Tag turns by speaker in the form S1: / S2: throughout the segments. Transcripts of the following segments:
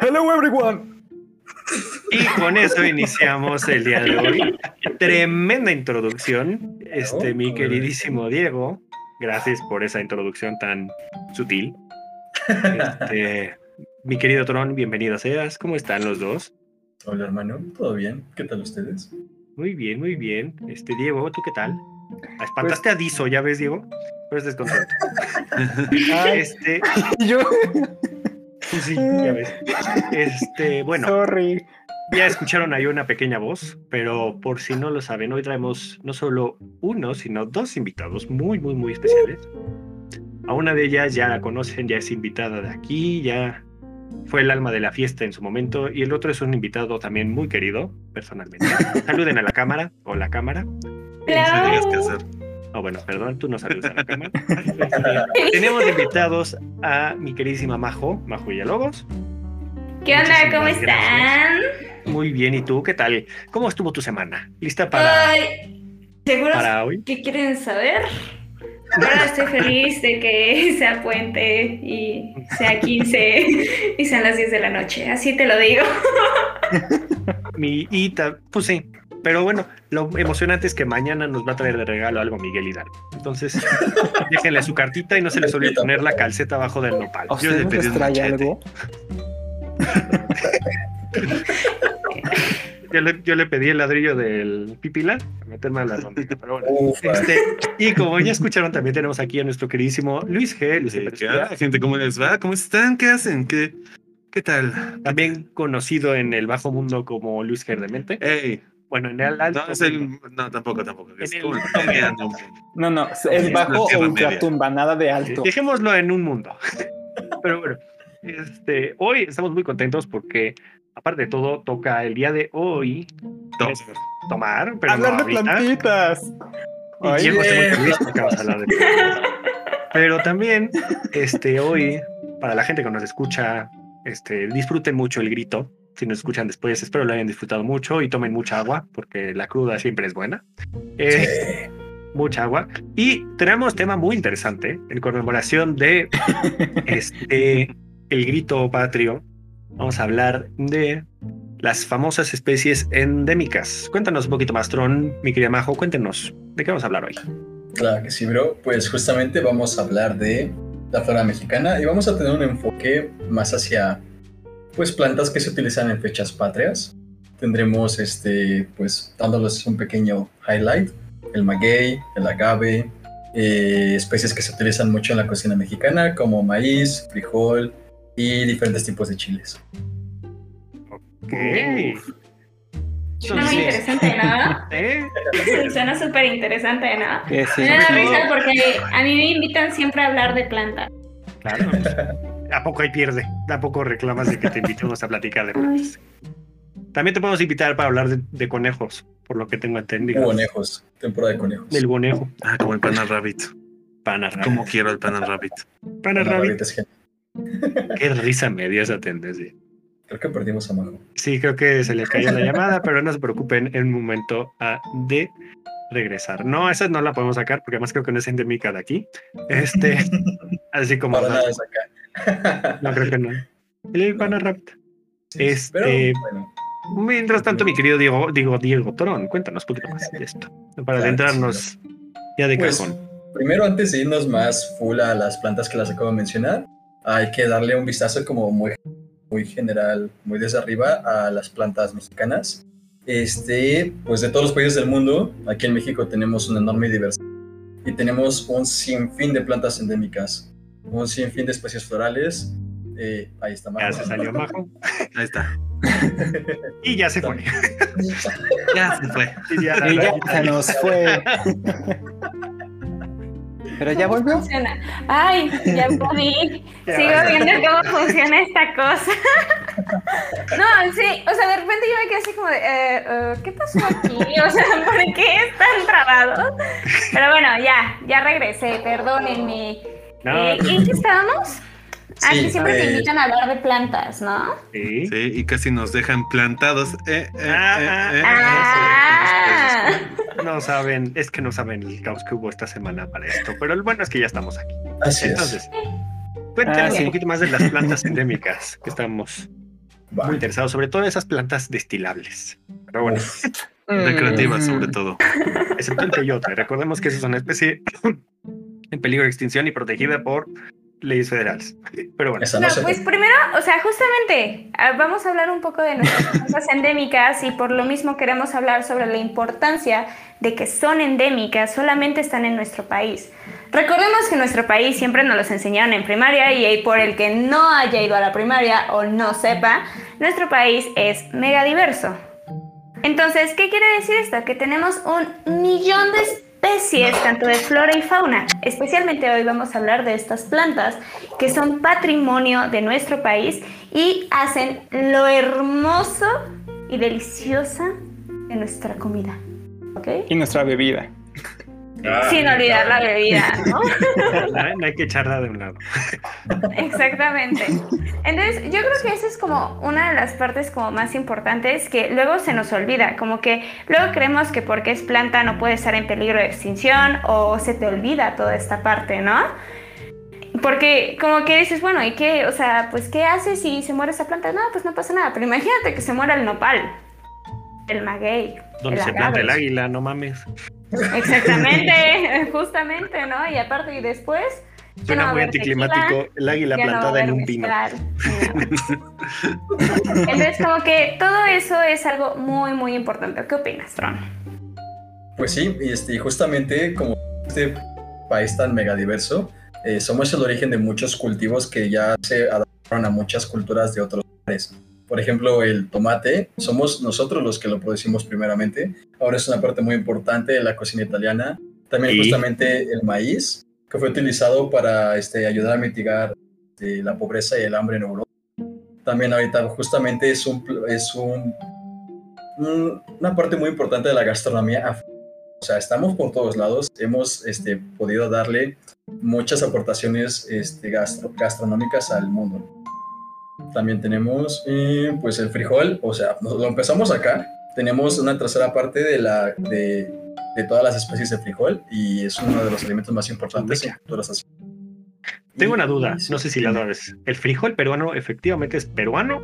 S1: Hello everyone.
S2: Y con eso iniciamos el día de hoy. Tremenda introducción, este, mi queridísimo Diego. Gracias por esa introducción tan sutil. Este, mi querido Tron, bienvenido seas. ¿Cómo están los dos?
S3: Hola hermano, ¿todo bien? ¿Qué tal ustedes?
S2: Muy bien, muy bien. Este, Diego, ¿tú qué tal? Espantaste a Dizo, ¿ya ves, Diego? Pero es descontento. este,
S1: Y yo,
S2: sí, ya ves. Este, bueno.
S1: sorry.
S2: Ya escucharon ahí una pequeña voz, pero por si no lo saben, hoy traemos no solo uno, sino dos invitados muy, muy, muy especiales. A una de ellas ya la conocen, ya es invitada de aquí, ya fue el alma de la fiesta en su momento, y el otro es un invitado también muy querido, personalmente. Saluden a la cámara o la cámara.
S4: Claro.
S2: Oh, bueno, perdón, tú no saludas a la cámara. Tenemos invitados a mi queridísima Majo, Majo Villalobos.
S4: ¿Qué onda?
S2: Muchísimas
S4: ¿Cómo
S2: gracias.
S4: están?
S2: Muy bien, ¿y tú qué tal? ¿Cómo estuvo tu semana? ¿Lista para,
S4: Ay, ¿Seguro
S2: para hoy?
S4: que quieren saber? Ahora estoy feliz de que sea puente y sea 15 y sean las 10 de la noche. Así te lo digo.
S2: Mi Ita, pues sí. Pero bueno, lo emocionante es que mañana nos va a traer de regalo algo Miguel Hidalgo. Entonces, déjenle su cartita y no se les olvide poner la calceta abajo del nopal.
S1: ¿A
S2: Yo le
S1: ustedes
S2: pedí
S1: les
S2: un
S1: trae
S2: machete.
S1: algo?
S2: Yo le, yo le pedí el ladrillo del pipila para meterme a la rondita, pero bueno.
S3: Ufa,
S2: Este, y como ya escucharon, también tenemos aquí a nuestro queridísimo Luis G. Luis
S5: Eh,
S2: G.
S5: ¿Qué
S2: Pérez
S5: onda, gente? ¿Cómo les va? ¿Cómo están? ¿Qué hacen? ¿Qué, qué tal?
S2: Pérez, también conocido en el bajo mundo como Luis G. Demente.
S5: Ey,
S2: Bueno, en el alto.
S5: no, soy
S2: mundo.
S5: un- no, tampoco, tampoco.
S2: En el-
S5: ¿Cómo me están mirando?
S1: No, no, es bajo
S5: Es
S1: o
S5: la
S1: ultratumba, nada de alto.
S2: Dejémoslo en un mundo. Pero bueno, este, hoy estamos muy contentos porque, aparte de todo, toca el día de hoy
S5: Todos.
S2: tomar, pero no
S1: Hablar de
S2: ahorita.
S1: plantitas.
S2: Y
S1: Ay,
S2: Diego está muy
S3: bien.
S2: feliz porque vamos a hablar de plantas. Pero también, este, hoy, para la gente que nos escucha, este, disfruten mucho el grito. Si nos escuchan después, espero lo hayan disfrutado mucho y tomen mucha agua, porque la cruda siempre es buena. Eh, mucha agua. Y tenemos tema muy interesante en conmemoración de este el grito patrio. Vamos a hablar de las famosas especies endémicas. Cuéntanos un poquito más, Tron, mi querida Majo, cuéntenos de qué vamos a hablar hoy.
S3: Claro que sí, bro. Pues justamente vamos a hablar de la flora mexicana y vamos a tener un enfoque más hacia pues plantas que se utilizan en fechas patrias. Tendremos este pues dándoles un pequeño highlight, el maguey, el agave, eh, especies que se utilizan mucho en la cocina mexicana como maíz, frijol y diferentes tipos de chiles.
S2: Uf.
S4: Suena muy
S2: Entonces,
S4: interesante, ¿no?
S2: ¿eh?
S4: Sí, suena súper interesante, ¿no?
S1: Que sí,
S4: Me da
S1: sí.
S4: risa porque a mí me invitan siempre a hablar de plantas.
S2: Claro. ¿A poco ahí pierde? ¿A poco reclamas de que te invitemos a platicar de plantas? También te podemos invitar para hablar de, de conejos, por lo que tengo entendido.
S3: Conejos, temporada de conejos.
S2: Del conejo.
S5: Ah, como el pan al rabbit.
S2: Pana Rabbit.
S5: ¿Cómo quiero el pan al rabbit?
S2: Pana
S3: Bueno,
S2: Rabbit.
S3: ahorita es que-
S2: Qué risa me dio esa tendencia.
S3: Creo que perdimos a Majo.
S2: Sí, creo que se les cayó la llamada, pero no se preocupen, en un momento ha de regresar. No, esa no la podemos sacar porque además creo que no es endémica de aquí. Este, así como
S3: Para
S2: no,
S3: nada es acá.
S2: no, creo que no. El pana Rabbit. Este,
S3: Pero, bueno,
S2: Mientras tanto, mi querido Diego, digo Diego Torón, cuéntanos un poquito más de esto para
S3: Claro que sí,
S2: adentrarnos ya de
S3: Pues,
S2: cajón.
S3: Primero, antes de irnos más full a las plantas que las acabo de mencionar, hay que darle un vistazo como muy, muy general, muy desde arriba a las plantas mexicanas. Este, pues de todos los países del mundo, aquí en México tenemos una enorme diversidad y tenemos un sinfín de plantas endémicas, un sinfín de especies florales. Eh, ahí está
S2: Ya
S3: más.
S2: se salió Majo
S5: Ahí está.
S2: y ya se fue.
S5: Ya se fue.
S2: Y ya,
S1: Y ya se nos fue. Pero ya
S4: ¿Cómo
S1: volvió.
S4: funciona? Ay, ya volví.
S2: Ya.
S4: Sigo viendo cómo funciona esta cosa. No, sí, o sea, de repente yo me quedé así como de, eh, eh, ¿qué pasó aquí? O sea, ¿por qué están trabados? Pero bueno, ya, ya regresé, perdónenme.
S2: No, pues
S4: Eh, ¿En qué estábamos? Aquí
S3: Sí,
S4: siempre te
S3: eh,
S4: invitan a hablar de plantas, ¿no?
S2: sí.
S5: Sí, y casi nos dejan plantados. Eh, eh,
S2: Ah,
S5: eh, eh,
S4: ah.
S5: eh,
S2: No saben, es que no saben el caos que hubo esta semana para esto, pero lo bueno es que ya estamos aquí.
S3: Así es.
S2: Entonces,
S1: Ah,
S2: cuéntenos
S1: sí.
S2: un poquito más de las plantas endémicas que estamos
S3: Va.
S2: muy interesado, sobre todo en esas plantas destilables. Pero bueno,
S3: Uf,
S5: Recreativas,
S1: Mm.
S5: sobre todo.
S2: excepto el peyote. Recordemos que eso es una especie en peligro de extinción y protegida por leyes federales. Pero bueno,
S3: esa no,
S4: No,
S3: se
S4: pues primero, o sea, justamente ah, vamos a hablar un poco de nuestras cosas endémicas y por lo mismo queremos hablar sobre la importancia de que son endémicas, solamente están en nuestro país. Recordemos que en nuestro país siempre nos los enseñaron en primaria y ahí por el que no haya ido a la primaria o no sepa, nuestro país es mega diverso. Entonces, ¿qué quiere decir esto? Que tenemos un millón de especies, tanto de flora y fauna. Especialmente hoy vamos a hablar de estas plantas que son patrimonio de nuestro país y hacen lo hermoso y deliciosa de nuestra comida. ¿Ok?
S1: Y nuestra bebida.
S3: Ah,
S4: Sin olvidar la bebida, ¿no?
S2: no hay que echarla de un lado.
S4: Exactamente. Entonces, yo creo que esa es como una de las partes como más importantes que luego se nos olvida, como que luego creemos que porque es planta no puede estar en peligro de extinción o se te olvida toda esta parte, ¿no? Porque como que dices, bueno, ¿y qué? O sea, pues ¿qué hace si se muere esa planta? No, pues no pasa nada, pero imagínate que se muera el nopal, el maguey.
S2: Donde
S4: el
S2: se planta el
S4: agave.
S2: águila, no mames.
S4: Exactamente, justamente, ¿no? Y aparte, y después... ya no va
S2: Suena
S4: a
S2: muy
S4: haber tequila,
S2: anticlimático el águila
S4: ya no va a
S2: plantada en
S4: haber
S2: un pino.
S4: mezcal, no. Entonces, como que todo eso es algo muy, muy importante. ¿Qué opinas, Tron?
S3: Pues sí, y este, y justamente como este país tan megadiverso, eh, somos el origen de muchos cultivos que ya se adaptaron a muchas culturas de otros lugares. Por ejemplo, el tomate, somos nosotros los que lo producimos primeramente. Ahora es una parte muy importante de la cocina italiana. También
S2: Y-
S3: justamente el maíz, que fue utilizado para este, ayudar a mitigar este, la pobreza y el hambre en Europa. También ahorita justamente es, un, pl- es un- un- una parte muy importante de la gastronomía africana. O sea, estamos por todos lados, hemos este, podido darle muchas aportaciones este, gastro- gastronómicas al mundo. También tenemos eh, pues el frijol, o sea, nos- lo empezamos acá. Tenemos una tercera parte de, la, de, de todas las especies de frijol y es uno de los alimentos más importantes en culturas asiáticas.
S2: Tengo
S3: Y-
S2: una duda,
S3: y sí,
S2: no sé si la sabes. ¿El frijol peruano efectivamente es peruano?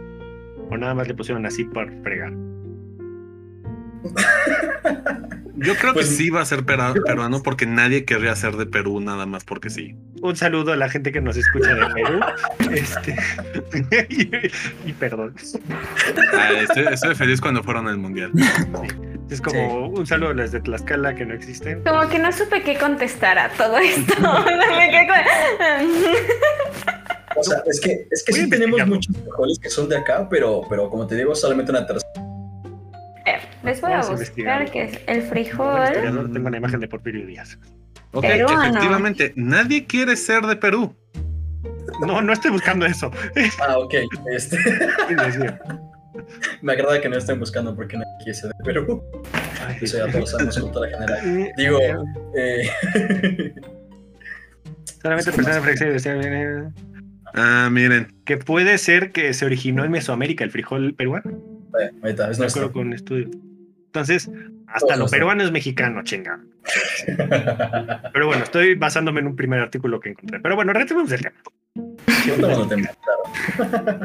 S2: ¿O nada más le pusieron así por fregar?
S5: Yo creo
S3: Pues-
S5: que sí va a ser pera- peruano porque nadie querría ser de Perú nada más porque sí.
S2: Un saludo a la gente que nos escucha de Perú. Este, y, y perdón.
S5: Ah, estoy, estoy feliz cuando fueron al mundial.
S2: Es como un saludo a las de Tlaxcala que no existen.
S4: Como que no supe qué contestar a todo esto. Me quedé con-
S3: O sea, es que, es que
S2: Voy a
S3: sí tenemos
S2: investigarlo.
S3: muchos frijoles que son de acá, pero, pero como te digo, solamente una tercera.
S4: Les voy a
S2: Vamos a
S4: buscar
S2: investigarlo.
S4: que es el
S2: Como
S4: frijol.
S2: historiador, tengo la imagen de Porfirio Díaz.
S5: Ok,
S4: Peruano.
S5: efectivamente, nadie quiere ser de Perú.
S2: No, no estoy buscando eso.
S3: Ah, ok. Este,
S2: Ay, Dios mío.
S3: me agrada que no estén buscando porque no quise de Perú.
S2: Ay,
S3: Eso ya todos sabemos cultura general.
S2: Eh,
S3: Digo, eh,
S2: Solamente personas frescas, eh,
S5: Ah, miren.
S2: que puede ser que se originó en Mesoamérica el frijol peruano,
S3: bueno, ahí está, es
S2: de acuerdo
S3: nuestro.
S2: con un estudio. Entonces, hasta lo peruano es mexicano, chinga.
S3: Estamos
S2: Pero bueno, estoy basándome en un primer artículo que encontré. Pero bueno, retomemos el tema.
S3: en tema, claro.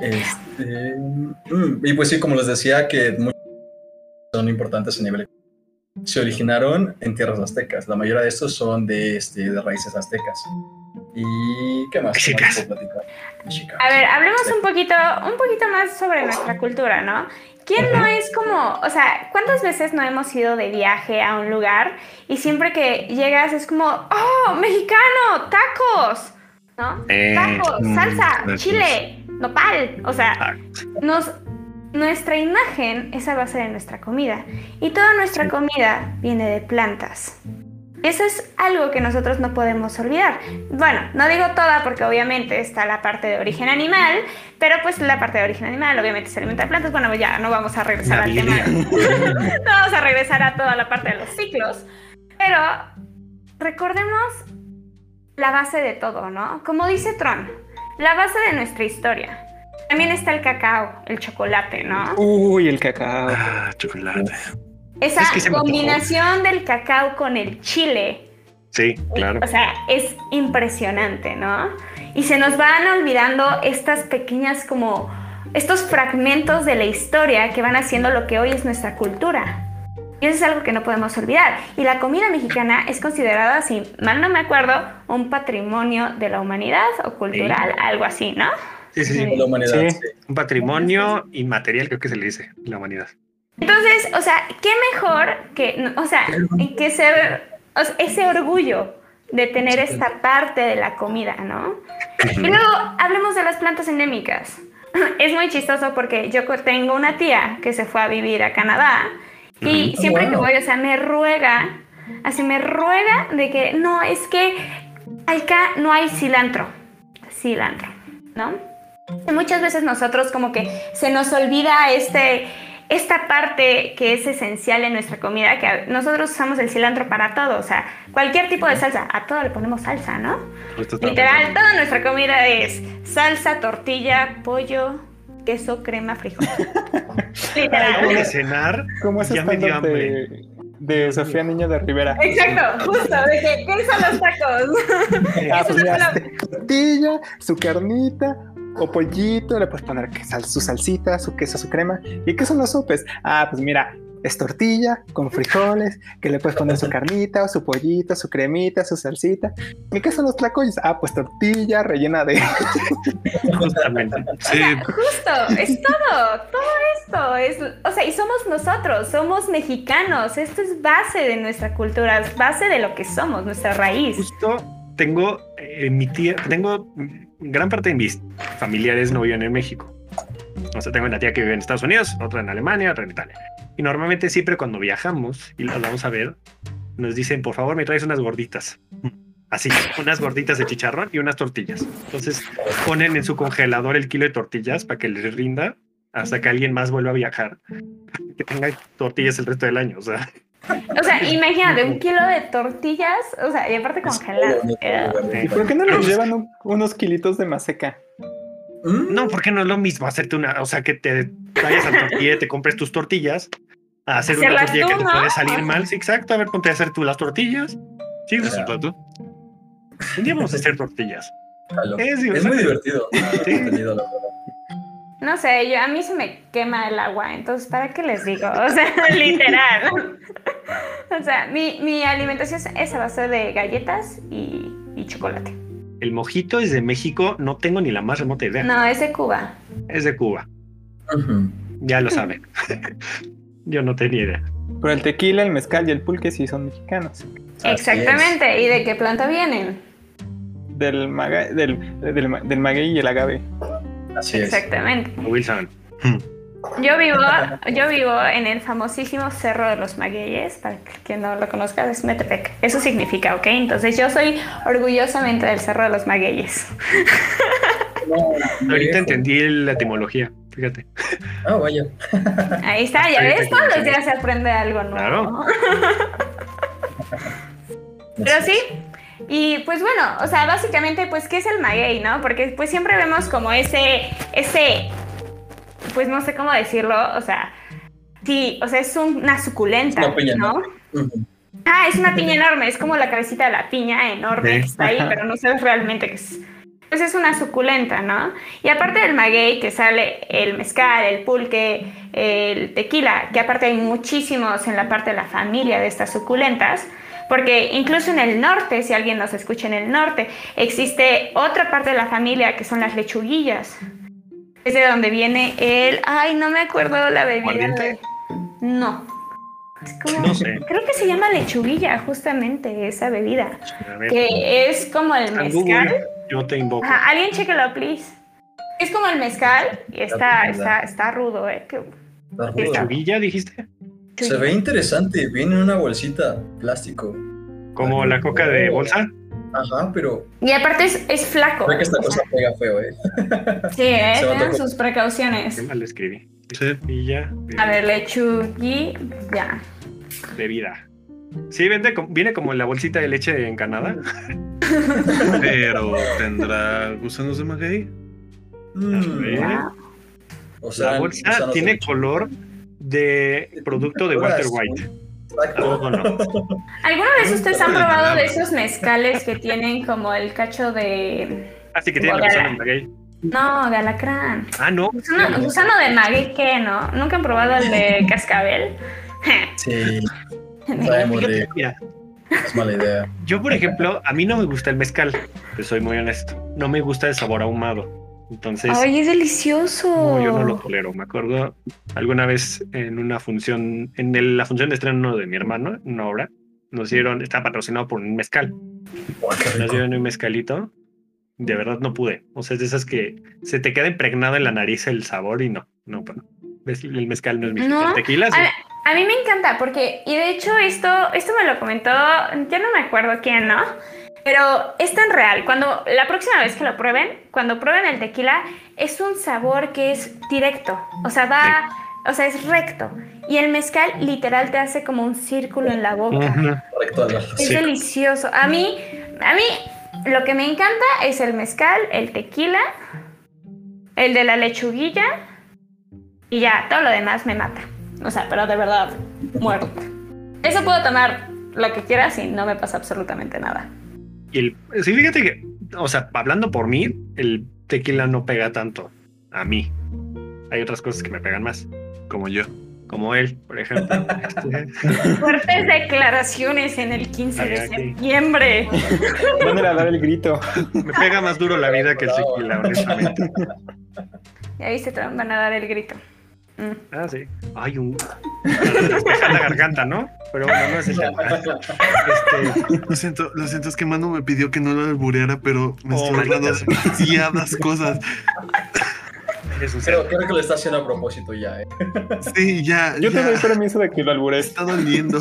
S3: Este, mm, y pues sí, como les decía, que muchos son importantes a nivel. Se originaron en tierras aztecas. La mayoría de estos son de, este, de raíces aztecas. ¿Y qué más? ¿Qué más
S2: Mexicas.
S3: puedo platicar? Mexicas.
S4: A ver, hablemos un poquito, un poquito más sobre nuestra cultura, ¿no? ¿Quién no es como, o sea, cuántas veces no hemos ido de viaje a un lugar y siempre que llegas es como, oh, mexicano, tacos, ¿no? Tacos,
S5: mm,
S4: salsa,
S5: gracias.
S4: chile, nopal. O
S2: Ah.
S4: sea, nos, nuestra imagen es a base de nuestra comida. Y toda nuestra comida viene de plantas. Eso es algo que nosotros no podemos olvidar. Bueno, no digo toda porque obviamente está la parte de origen animal, pero pues la parte de origen animal obviamente se alimenta de plantas. Bueno, ya no vamos a regresar
S5: La
S4: al tema. No vamos a regresar a toda la parte de los ciclos, pero recordemos la base de todo, ¿no? Como dice Tron, la base de nuestra historia. También está el cacao, el chocolate, ¿no?
S1: Uy, el cacao.
S5: Ah, chocolate.
S4: Esa
S2: Es que se me antojó.
S4: combinación del cacao con el chile,
S2: Sí, claro.
S4: o sea, es impresionante, ¿no? Y se nos van olvidando estas pequeñas como estos fragmentos de la historia que van haciendo lo que hoy es nuestra cultura. Y eso es algo que no podemos olvidar. Y la comida mexicana es considerada, si mal no me acuerdo, un patrimonio de la humanidad o cultural, algo así, ¿no?
S2: Sí, sí, sí.
S3: de la humanidad.
S2: Sí.
S3: sí.
S2: Un patrimonio inmaterial, creo que se le dice, la humanidad.
S4: Entonces, o sea, qué mejor que, o sea, que ser, o sea, ese orgullo de tener esta parte de la comida, ¿no? Y luego hablemos de las plantas endémicas. Es muy chistoso porque yo co- tengo una tía que se fue a vivir a Canadá y
S3: Ujú.
S4: siempre que
S3: Wow.
S4: voy, o sea, me ruega, así me ruega de que no, es que acá no hay cilantro, cilantro, ¿no? Y muchas veces nosotros como que se nos olvida este, esta parte que es esencial en nuestra comida, que a- nosotros usamos el cilantro para todo, o sea, cualquier tipo de salsa, a todo le ponemos salsa, ¿no?
S2: Justo estaba
S4: Literal,
S2: pensando.
S4: toda nuestra comida es salsa, tortilla, pollo, queso, crema, frijol.
S1: Ay,
S4: Literal.
S2: Voy a cenar.
S1: ¿Cómo es
S2: Ya me dio
S1: estándar de, de Sofía Niño de Rivera?
S4: Exacto, justo, de que piensa los tacos.
S1: Ah,
S4: Eso
S1: pues
S4: no
S1: ya,
S4: es la-
S1: este, tortilla, su carnita o pollito, le puedes poner que sal- su salsita, su queso, su crema. ¿Y qué son los sopes? Ah, pues mira, es tortilla con frijoles, que le puedes poner su carnita o su pollito, su cremita, su salsita. ¿Y qué son los tlacoyos? Ah, pues tortilla rellena de...
S2: Justamente.
S5: Sí,
S4: Justo, es todo, todo esto. Es, o sea, y somos nosotros, somos mexicanos. Esto es base de nuestra cultura, es base de lo que somos, nuestra raíz.
S2: Justo tengo eh, mi tía, tengo gran parte de mis familiares no viven en México. O sea, tengo una tía que vive en Estados Unidos, otra en Alemania, otra en Italia. Y normalmente siempre cuando viajamos y las vamos a ver, nos dicen, por favor, me traes unas gorditas. Así, unas gorditas de chicharrón y unas tortillas. Entonces ponen en su congelador el kilo de tortillas para que les rinda hasta que alguien más vuelva a viajar. Que tenga tortillas el resto del año. O sea,
S4: O sea, imagínate, un kilo de tortillas, o sea, y aparte congeladas. eh.
S2: Sí.
S1: ¿Por qué no nos llevan un- unos kilitos de maseca?
S3: ¿Mm?
S2: No, porque no es lo mismo hacerte una, o sea, que te vayas al tortilla, te compres tus tortillas, a hacer una
S4: Hacerlas
S2: tortilla
S4: tú,
S2: que te
S4: ¿no?
S2: puede salir
S4: Ajá.
S2: mal. Sí, exacto. A ver, ponte a hacer tú las tortillas. Sí,
S5: es
S2: pues,
S5: un plato.
S2: un día vamos a hacer tortillas.
S3: Jalo.
S2: Es
S3: Es
S2: divertido.
S3: muy divertido. Ah, entretenido, la verdad.
S4: No sé, yo, a mí se me quema el agua, entonces, ¿para qué les digo? O sea, literal. O sea, mi, mi alimentación es- es a base de galletas y, y chocolate.
S2: El mojito es de México, no tengo ni la más remota idea.
S4: No, es de Cuba.
S2: Es de Cuba,
S3: Ujú.
S2: ya lo saben. Yo no tenía idea.
S1: Pero el tequila, el mezcal y el pulque sí son mexicanos.
S3: Así es.
S4: Exactamente. ¿Y de qué planta vienen?
S1: Del, maga- del, del, ma- del maguey y el agave.
S3: Así es.
S4: Exactamente.
S2: Wilson,
S4: Yo vivo, yo vivo en el famosísimo Cerro de los Magueyes, para que quien no lo conozca, es Metepec. Eso significa, ¿ok? Entonces yo soy orgullosamente del Cerro de los Magueyes.
S3: No,
S2: ahorita
S3: viejo.
S2: entendí la etimología, fíjate.
S3: Ah, vaya.
S4: Ahí está, ya
S2: Ahí
S4: ves,
S2: está,
S4: todos los
S2: sí.
S4: días se aprende algo nuevo.
S2: Claro.
S4: Pero sí. Y pues bueno, o sea, básicamente, pues, ¿qué es el maguey, no? Porque pues siempre vemos como ese, ese, pues no sé cómo decirlo, o sea, sí, o sea, es un- una suculenta,
S3: Una piña,
S4: ¿no?
S3: ¿no? Ujú.
S4: Ah, es una piña enorme, es como la cabecita de la piña enorme
S2: Sí.
S4: que está ahí,
S1: Ajá.
S4: pero no sabes realmente qué es. Pues es una suculenta, ¿no? Y aparte del maguey que sale el mezcal, el pulque, el tequila, que aparte hay muchísimos en la parte de la familia de estas suculentas, porque incluso en el norte, si alguien nos escucha en el norte, existe otra parte de la familia que son las lechuguillas. Es de donde viene el... Ay, no me acuerdo la bebida.
S2: ¿Aguardiente?
S4: No. Es como-
S2: No sé.
S4: Creo que se llama lechuguilla, justamente esa bebida.
S2: A ver,
S4: Que es como el
S2: San
S4: mezcal.
S2: Google, yo te invoco.
S4: Ajá, alguien chequelo, please. Es como el mezcal. y Está,
S3: Ya,
S4: está, está rudo, ¿eh? Que-
S3: Está rudo.
S2: ¿Lechuguilla dijiste?
S3: Se ve interesante. Viene en una bolsita plástico.
S2: Como la coca de bolsa.
S3: Ajá, pero
S4: Y aparte es, es flaco.
S3: creo que esta cosa pega feo, ¿eh?
S4: Sí, ¿eh?
S3: se va a
S4: Tengan
S3: tocar.
S4: sus
S2: Qué
S4: precauciones.
S2: mal escribí.
S5: Sí.
S2: Lechuguilla.
S4: A ver, lechuguilla.
S2: de vida. Sí, vende com- viene como en la bolsita de leche en Canadá.
S5: Pero tendrá gusanos de maguey.
S3: Mm,
S2: Ah,
S4: Wow.
S3: O sea,
S2: La bolsa
S3: gusanos
S2: tiene
S3: de-
S2: color de producto de Walter White. ¿A
S3: Exacto.
S2: poco no?
S4: ¿Alguna vez ustedes han
S5: Nunca me
S4: probado de
S5: ganaba.
S4: esos mezcales que tienen como el cacho de...
S2: Así que tiene la
S4: Guácala.
S2: gusano de maguey.
S4: No, Pues galacrán.
S2: Ah, no.
S4: Gusano, gusano de maguey, ¿qué, no? ¿Nunca han probado el de cascabel?
S3: Sí, sabemos
S2: Fíjate,
S3: de.
S2: mira,
S3: Es mala idea.
S2: yo, por ejemplo, a mí no me gusta el mezcal. Te soy muy honesto. No me gusta el sabor ahumado. Entonces,
S4: Ay, es delicioso.
S2: no, yo no lo tolero. Me acuerdo alguna vez en una función, en el- la función de estreno de mi hermano, en una obra, nos dieron, estaba patrocinado por un mezcal.
S3: Oh, qué
S2: Nos
S3: rico.
S2: dieron un mezcalito. De verdad no pude. O sea, es de esas que se te queda impregnado en la nariz el sabor y no, no puedo. ¿Ves? El mezcal no es mi
S4: No.
S2: el tequila. sí.
S4: A, a mí me encanta porque, y de hecho esto, esto me lo comentó, yo no me acuerdo quién, ¿no? Pero es tan real, cuando la próxima vez que lo prueben, cuando prueben el tequila, es un sabor que es directo, o sea, va, o sea, es recto. Y el mezcal literal te hace como un círculo en la boca.
S2: Ujú.
S3: Correcto, Alba.
S4: Es
S3: Sí.
S4: delicioso. A mí, a mí lo que me encanta es el mezcal, el tequila, el de la lechuguilla y ya, todo lo demás me mata. O sea, pero de verdad, muerto. Eso puedo tomar lo que quieras y no me pasa absolutamente nada.
S2: Y el, sí, fíjate que, o sea, hablando por mí, el tequila no pega tanto a mí. Hay otras cosas que me pegan más,
S5: como yo.
S2: como él, por ejemplo. Este,
S4: Fuertes declaraciones en el 15
S2: Ay,
S4: de
S2: aquí.
S4: septiembre.
S1: Van a dar el grito.
S2: me pega más duro la vida que el tequila, honestamente.
S4: Ya viste, Trump van a dar el grito. Mm.
S2: Ah, sí. Hay un. Despejar la garganta, ¿no? Pero bueno, no es el tema. Este,
S5: Lo siento, lo siento, es que Manu me pidió que no lo albureara, pero me
S2: Oh,
S5: estoy hablando
S2: maldita
S5: de demasiadas cosas.
S2: es un
S3: Creo, creo que lo está haciendo a propósito ya, ¿eh?
S5: Sí, ya,
S1: Yo te
S5: ya.
S1: doy permiso de que lo
S5: Me
S1: albures.
S5: está doliendo.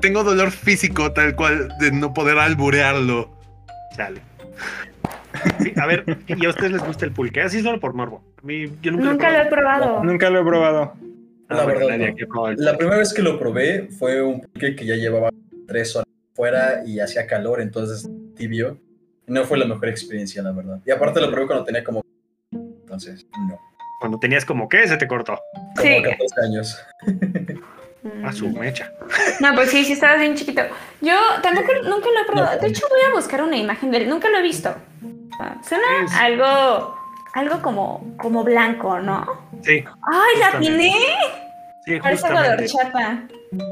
S5: Tengo dolor físico tal cual de no poder alburearlo.
S2: Chale. Sí, a ver, ¿y a ustedes les gusta el pulque? Así solo por morbo. A mí, yo nunca,
S4: Nunca lo he probado.
S1: Nunca lo he probado.
S2: probado. Ah, bueno,
S3: La verdad,
S2: nadie
S3: no.
S2: aquí ha probado el
S3: La
S2: pulque.
S3: primera vez que lo probé fue un pulque que ya llevaba tres horas fuera y hacía calor, entonces tibio. No fue la mejor experiencia, la verdad. Y aparte lo probé cuando tenía como... Entonces, no.
S2: Cuando tenías como que se te cortó
S3: Como
S4: Sí.
S3: 14 años.
S4: Mm.
S2: a su mecha.
S4: No, pues sí, sí estabas bien chiquito. Yo tampoco, nunca lo he probado. De hecho, voy a buscar una imagen de él. Nunca lo he visto. Ah, Suena
S2: Es-
S4: algo, algo como, como blanco, ¿no?
S2: Sí,
S4: ¡Ay, la
S2: Justamente.
S4: atiné!
S2: sí,
S4: Parece algo de
S2: justamente.
S4: horchata.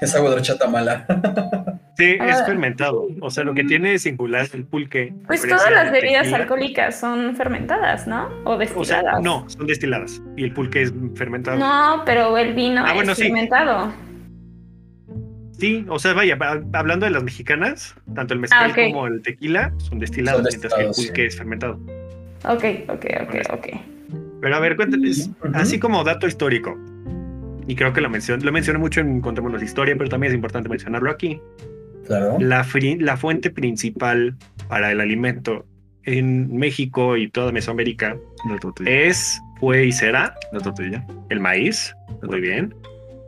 S3: Esa agua de horchata mala.
S2: Sí, es
S4: Ah. Mm.
S2: fermentado. O sea, lo que tiene de singular es el pulque.
S4: Pues
S2: diferencia
S4: todas las
S2: del
S4: bebidas
S2: tequila.
S4: alcohólicas son fermentadas, ¿no? O
S2: O sea,
S4: destiladas.
S2: no, son destiladas. Y el pulque es fermentado.
S4: No, pero el vino
S2: Ah, bueno,
S4: es
S2: sí.
S4: fermentado.
S2: Sí, o sea, vaya, va- hablando de las mexicanas, tanto el mezcal
S4: Ah, ok.
S2: como el tequila son destilados,
S3: Son
S2: mientras que el
S3: destilados, sí.
S2: pulque es fermentado.
S4: Ok, ok, ok, ok.
S2: Pero a ver, cuéntales,
S3: Ujú.
S2: así como dato histórico, y creo que lo mencioné, lo mencioné mucho en Contémonos Historia, pero también es importante mencionarlo aquí.
S3: Claro.
S2: La, fri- la fuente principal para el alimento en México y toda Mesoamérica
S5: La tortilla.
S2: es, fue y será
S5: La tortilla.
S2: el maíz, muy bien,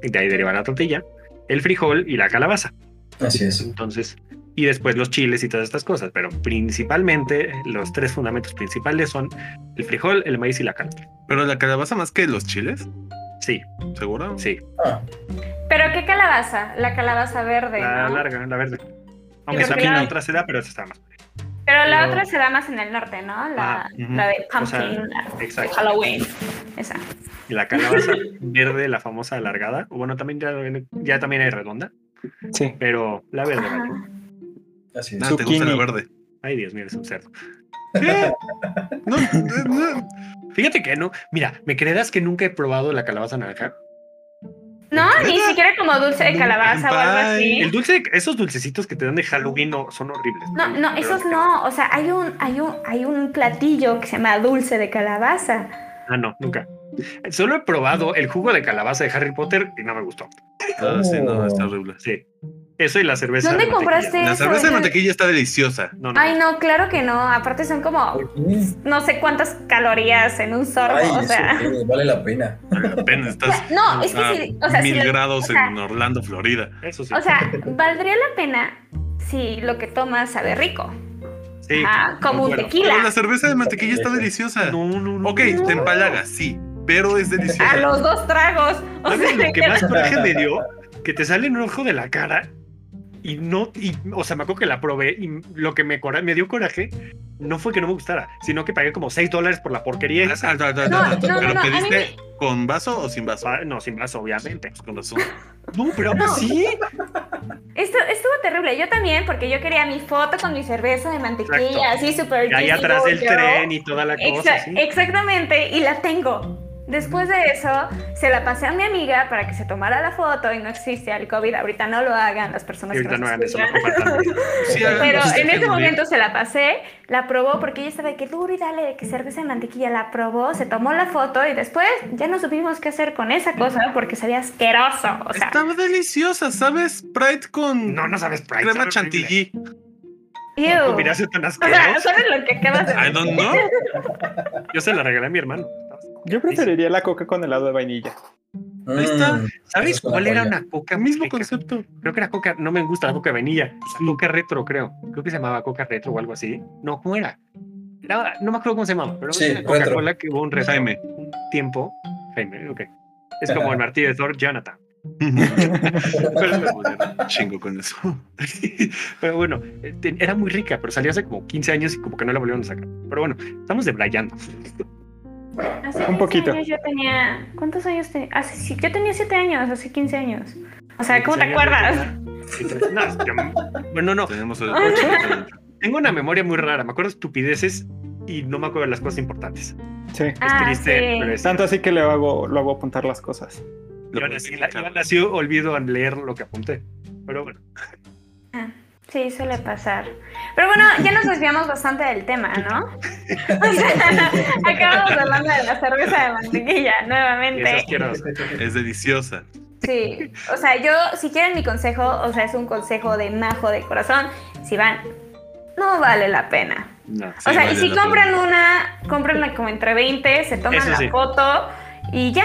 S2: y de ahí deriva la tortilla, el frijol y la calabaza.
S3: Así es.
S2: Entonces, y después los chiles y todas estas cosas, pero principalmente los tres fundamentos principales son el frijol, el maíz y la carne.
S5: Pero la calabaza más que los chiles,
S2: Sí,
S5: ¿seguro?
S2: sí,
S3: Ah,
S4: ¿Pero qué calabaza? La calabaza verde,
S2: la
S4: ¿no?
S2: larga, la verde. Aunque
S4: Sí, porque
S2: también
S4: la-
S2: la otra se da, pero esa está más.
S4: Pero la
S2: Pero-
S4: otra se da más en el norte, ¿no? La,
S2: Ah,
S5: ujú.
S4: la de
S2: O sea,
S4: pumpkin, la de
S2: Exacto.
S4: Halloween. Esa.
S2: Y la calabaza verde, la famosa alargada. o Bueno, también ya, ya también hay redonda,
S1: Sí.
S2: pero la verde,
S4: Ajá.
S2: vaya.
S3: así es.
S5: Nada, Ah, te gusta la
S1: Zucchini.
S5: verde.
S2: Ay, Dios mío, es un cerdo.
S5: Eh, No, eh, no.
S2: Fíjate que no. Mira, ¿me creerás que nunca he probado la calabaza naranja?
S4: No, ni siquiera como dulce de
S5: No,
S4: calabaza o algo
S5: bye.
S4: así.
S2: El dulce, de- esos dulcecitos que te dan de Halloween no, son horribles.
S4: No, no,
S2: Pero-
S4: esos no. O sea, hay un, hay un, hay un platillo que se llama dulce de calabaza.
S2: Ah, no, nunca. Solo he probado el jugo de calabaza de Harry Potter y no me gustó.
S5: Ah, sí, no, está horrible.
S2: Sí. Eso y la cerveza.
S4: ¿Dónde
S2: de mantequilla.
S4: compraste?
S5: La
S4: Eso,
S5: cerveza de
S4: yo-
S5: mantequilla está deliciosa.
S2: No, no.
S4: Ay, no, claro que no. Aparte son como no sé cuántas calorías en un sorbo.
S3: Ay,
S4: o
S3: eso,
S4: sea,
S3: eh, vale la pena.
S5: Apenas estás
S4: no, es que
S5: a
S4: sí. O sea, si
S5: mil
S4: lo-
S5: grados
S4: o sea-
S5: en Orlando, Florida.
S2: Eso sí.
S4: o sea, valdría la pena si lo que tomas sabe rico.
S2: sí.
S4: Ajá, ah, como un
S2: Bueno,
S5: Pero la
S4: tequila.
S5: cerveza de mantequilla está deliciosa.
S2: No, no, no.
S5: Ok, te empalagas, sí, pero es deliciosa. Ah,
S4: A los dos tragos. O
S2: ¿Sabes
S4: sea,
S2: lo que más coraje me dio? Que te sale un ojo de la cara y no, y, o sea, me acuerdo que la probé y lo que me, cora- me dio coraje no fue que no me gustara, sino que pagué como 6 dólares por la porquería.
S5: Ah, ah, ah, ah,
S4: No,
S5: ah,
S4: no, no,
S5: ¿Pero
S4: no, a mí
S5: pediste con vaso o sin vaso? Pues
S2: Ah, No, sin más, obviamente.
S5: Con vaso.
S2: No, pero aún así,
S4: Esto, estuvo terrible. Yo también, porque yo quería mi foto con mi cerveza de mantequilla,
S2: Exacto.
S4: así súper
S2: ahí
S4: Disney
S2: atrás del
S4: World, yo.
S2: tren y toda la cosa.
S4: Exa-
S2: ¿sí?
S4: Exactamente, y la tengo. Después de eso, se la pasé a mi amiga para que se tomara la foto y no existe el COVID. Ahorita no lo hagan las personas
S2: Y
S4: que
S2: ahorita no
S4: nos
S2: hagan eso, no
S4: escuchan.
S2: compartan.
S5: Sí, hagan
S4: Pero
S5: cosas
S4: en
S2: este,
S5: que
S4: ese
S5: morir.
S4: momento se la pasé, la probó porque ella estaba de que duro y dale, de que cerveza de mantequilla, la probó, se tomó la foto y después ya no supimos qué hacer con esa cosa porque sabía asqueroso. O sea,
S5: Estaba deliciosa, ¿sabes? Pride con
S2: No, no sabes, Pride,
S5: crema
S2: sabe horrible.
S5: chantilly.
S4: ew.
S2: No, mira, eso es tan
S4: O sea,
S2: asqueroso.
S4: ¿sabes lo que acabas de
S5: I don't know.
S2: Yo se la regalé a mi hermano.
S1: Yo preferiría la coca con helado de vainilla.
S5: Ahí está.
S3: Mm,
S2: ¿Sabes
S3: eso es una
S2: cuál era
S3: joya.
S2: una coca?
S5: El mismo
S2: Azteca?
S5: concepto.
S2: Creo que era coca, no me gusta la coca de vainilla, coca retro, creo. Creo que se llamaba coca retro o algo así. No, ¿cómo era? Era- no me acuerdo cómo se llamaba, pero
S3: Sí,
S2: era una Coca-Cola que hubo un retro.
S5: Jaime.
S2: Un tiempo. Jaime, ok. Es como el martillo de Thor, Jonathan. Pero me pusieron.
S5: Chingo con eso.
S2: Pero bueno, eh, te- era muy rica, pero salió hace como 15 años y como que no la volvieron a sacar. Pero bueno, estamos debrayando.
S4: Hace
S1: Un
S4: 15
S1: poquito.
S4: años yo tenía. ¿Cuántos años tenía? Hace, sí, yo tenía 7 años, hace 15 años. O sea, ¿cómo te acuerdas?
S2: No, yo- bueno, no,
S5: Tenemos
S2: tengo una memoria muy rara. Me acuerdo de estupideces y no me acuerdo de las cosas importantes.
S1: Sí.
S2: Es
S4: Ah,
S2: triste,
S4: sí.
S2: pero es
S1: Tanto así que le hago, lo hago apuntar las cosas.
S2: Yo nací, la- yo nací olvido al leer lo que apunté. Pero bueno,
S4: Ah, Sí, suele pasar. Pero bueno, ya nos desviamos bastante del tema, ¿no? O sea, acabamos hablando de la cerveza de mantequilla
S2: y eso
S4: nuevamente.
S2: es quiero-
S5: Es deliciosa.
S4: Sí, o sea, yo, si quieren mi consejo, o sea, es un consejo de majo de corazón, si van, no vale la pena.
S2: no.
S5: Sí,
S4: o sea,
S5: vale
S4: y si
S5: la pena.
S4: compran una, cómpranla como entre 20, se toman
S2: Eso
S4: la
S2: sí.
S4: foto y ya.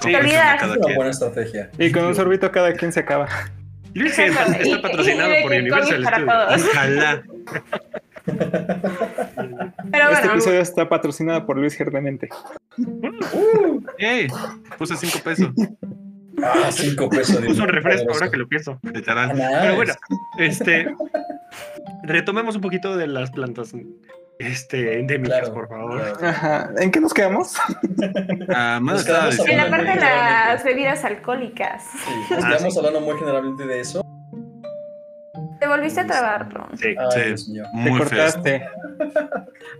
S5: Sí,
S4: te olvidas.
S5: cada
S3: Es una
S5: quien.
S3: buena estrategia.
S1: Y con un sorbito cada quien se acaba.
S2: Luis está,
S4: Exacto, y-
S2: está patrocinado
S4: y- y-
S2: por
S4: y-
S2: Universal
S4: COVID para
S2: Studios.
S4: todos.
S5: Ojalá.
S4: Pero
S1: este
S4: bueno,
S1: episodio está patrocinado por Luis Gerdemente.
S5: ¡Ey! Puse cinco pesos,
S3: Ah, cinco pesos. Ah,
S2: Puso un refresco ahora que lo pienso.
S5: literal.
S2: Pero bueno, este. Retomemos un poquito de las plantas este, endémicas,
S3: Claro.
S2: por favor.
S1: Ajá. ¿En qué nos quedamos?
S5: Ah, más
S3: Nos
S5: estaba
S3: quedamos
S4: en
S5: diciendo.
S4: la parte de las
S3: Realmente.
S4: bebidas alcohólicas.
S2: Ah,
S3: Estamos pues, hablando muy generalmente de eso.
S4: Te volviste a trabar, Ron.
S2: Sí.
S3: Ay,
S5: Sí.
S3: Dios mío.
S1: Te
S5: Muy feo.
S1: cortaste.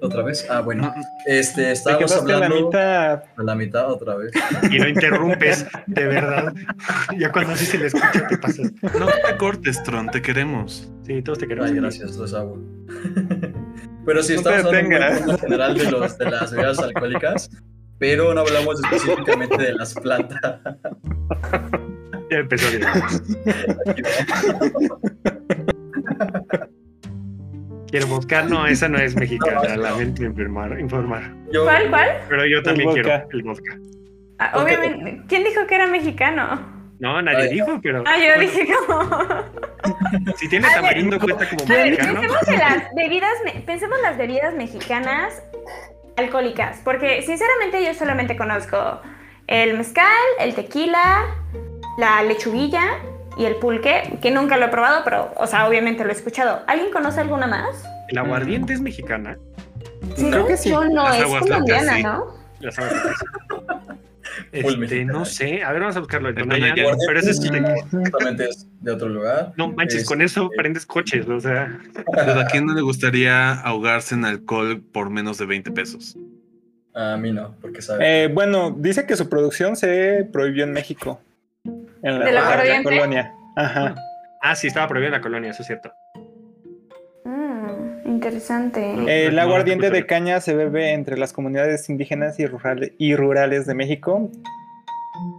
S3: ¿Otra vez? Ah, bueno.
S5: No,
S3: Este,
S1: Te
S3: estábamos
S1: quedaste a la
S3: hablando
S1: mitad.
S3: a la mitad otra vez.
S2: Y no interrumpes, de verdad. Ya cuando así se le escucha, te pasas.
S5: no te cortes, Tron, te queremos.
S2: Sí, todos te queremos.
S3: Ay, gracias, los hago. Pero sí,
S1: No te
S3: estamos hablando
S1: detengas.
S3: en general de, los, de las bebidas alcohólicas, pero no hablamos específicamente de las plantas.
S2: Ya empezó a Quiero buscar, no, esa no es mexicana, la gente informar, informar.
S3: Yo,
S4: ¿Cuál, cuál?
S2: Pero yo también
S1: vodka.
S2: quiero el vodka.
S4: Ah,
S3: Ok.
S4: obviamente, ¿quién dijo que era mexicano?
S2: No, nadie
S3: Ay.
S2: dijo, pero
S4: Ah, yo
S2: bueno,
S4: dije Ah, como...
S2: si tiene
S4: Ay,
S2: tamarindo cuenta como
S4: A ver,
S2: mexicano.
S4: pensemos en las bebidas, me- pensemos en las bebidas mexicanas alcohólicas, porque sinceramente yo solamente conozco el mezcal, el tequila, la lechuguilla y el pulque, que nunca lo he probado, pero, o sea, obviamente lo he escuchado. ¿Alguien conoce alguna más?
S2: El aguardiente es mexicana.
S4: Sí,
S1: Creo que sí.
S4: Yo no,
S5: Las
S4: es
S5: aguas locas,
S4: colombiana,
S5: sí.
S4: ¿no?
S2: Las aguardientes.
S3: Full
S2: Este,
S3: mexicana.
S2: no sé. A ver, vamos a buscarlo. El
S5: Perdón,
S2: tonayán,
S5: aguardiente
S2: pero ese es
S3: es-
S2: de-
S3: Justamente es de otro lugar.
S2: No manches,
S3: Es-
S2: con eso prendes coches, o sea.
S5: Pero ¿A quién no le gustaría ahogarse en alcohol por menos de 20 pesos?
S3: A mí no, porque sabe.
S1: Eh, bueno, dice que su producción se prohibió en México. En la,
S4: ¿De
S3: la
S1: en
S4: corriente?
S1: colonia. Ajajá.
S2: Ah, sí, estaba prohibido en la colonia, eso es cierto.
S4: Mm, interesante.
S2: No.
S1: El Eh,
S2: no,
S1: aguardiente
S2: no, no,
S1: de
S2: no.
S1: caña se bebe entre las comunidades indígenas y, rural- y rurales de México,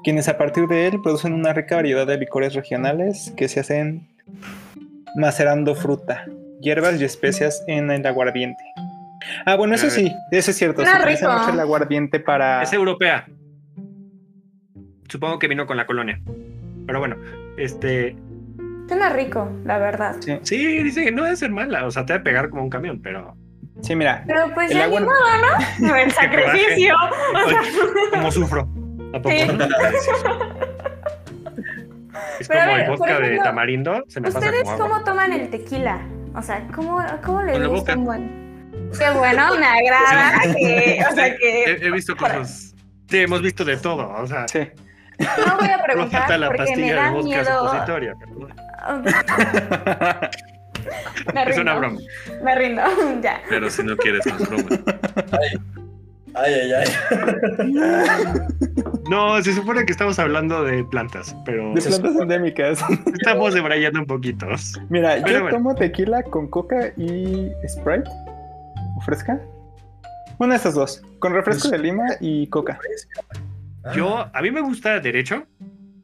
S1: quienes a partir de él producen una rica variedad de licores regionales que se hacen macerando fruta, hierbas y especias en el aguardiente. Ah, bueno, eso
S2: Ah,
S1: sí, eso es cierto.
S4: Suena
S1: se utiliza
S4: rico.
S1: mucho el aguardiente para.
S2: Es europea. Supongo que vino con la colonia. Pero bueno, este.
S4: Suena rico, la verdad.
S1: Sí,
S2: Sí, dice que no debe ser mala, o sea, te va a pegar como un camión, pero.
S1: sí, mira.
S4: Pero pues
S1: El
S4: ya ni
S1: aguar-
S4: modo, ¿no? El sacrificio.
S2: Como sufro. ¿A poco?
S4: Sí.
S2: Es
S4: Pero a
S2: como el
S4: ver, por
S2: vodka de
S4: ejemplo,
S2: tamarindo, se me pasa
S4: ¿Ustedes
S2: como agua.
S4: cómo toman el tequila? O sea, ¿cómo, cómo les
S5: Con la
S4: gusta
S5: boca.
S4: un buen? Qué bueno, me agrada que, o sea, que
S2: Eh,
S5: He, he visto cosas.
S2: Sí, hemos visto de todo, o sea,
S1: Sí.
S4: no voy a
S2: no falta
S4: preguntar
S2: eh, la
S4: porque me
S2: pastilla de
S4: da
S2: vodka
S4: miedo.
S2: supositoria. pero bueno,
S4: Me
S2: Es una
S4: rindo,
S2: broma.
S4: Me rindo, ya.
S5: Pero si no quieres, no es broma.
S3: Ay, ay, ay.
S2: No, se supone que estamos hablando de plantas, pero
S1: De plantas endémicas.
S2: estamos debrayando un poquito.
S1: Mira,
S2: Pero
S1: yo
S2: bueno.
S1: tomo tequila con coca y Sprite. ¿O fresca? Una de esas dos. Con refresco de lima y coca.
S2: Yo, a mí me gusta derecho.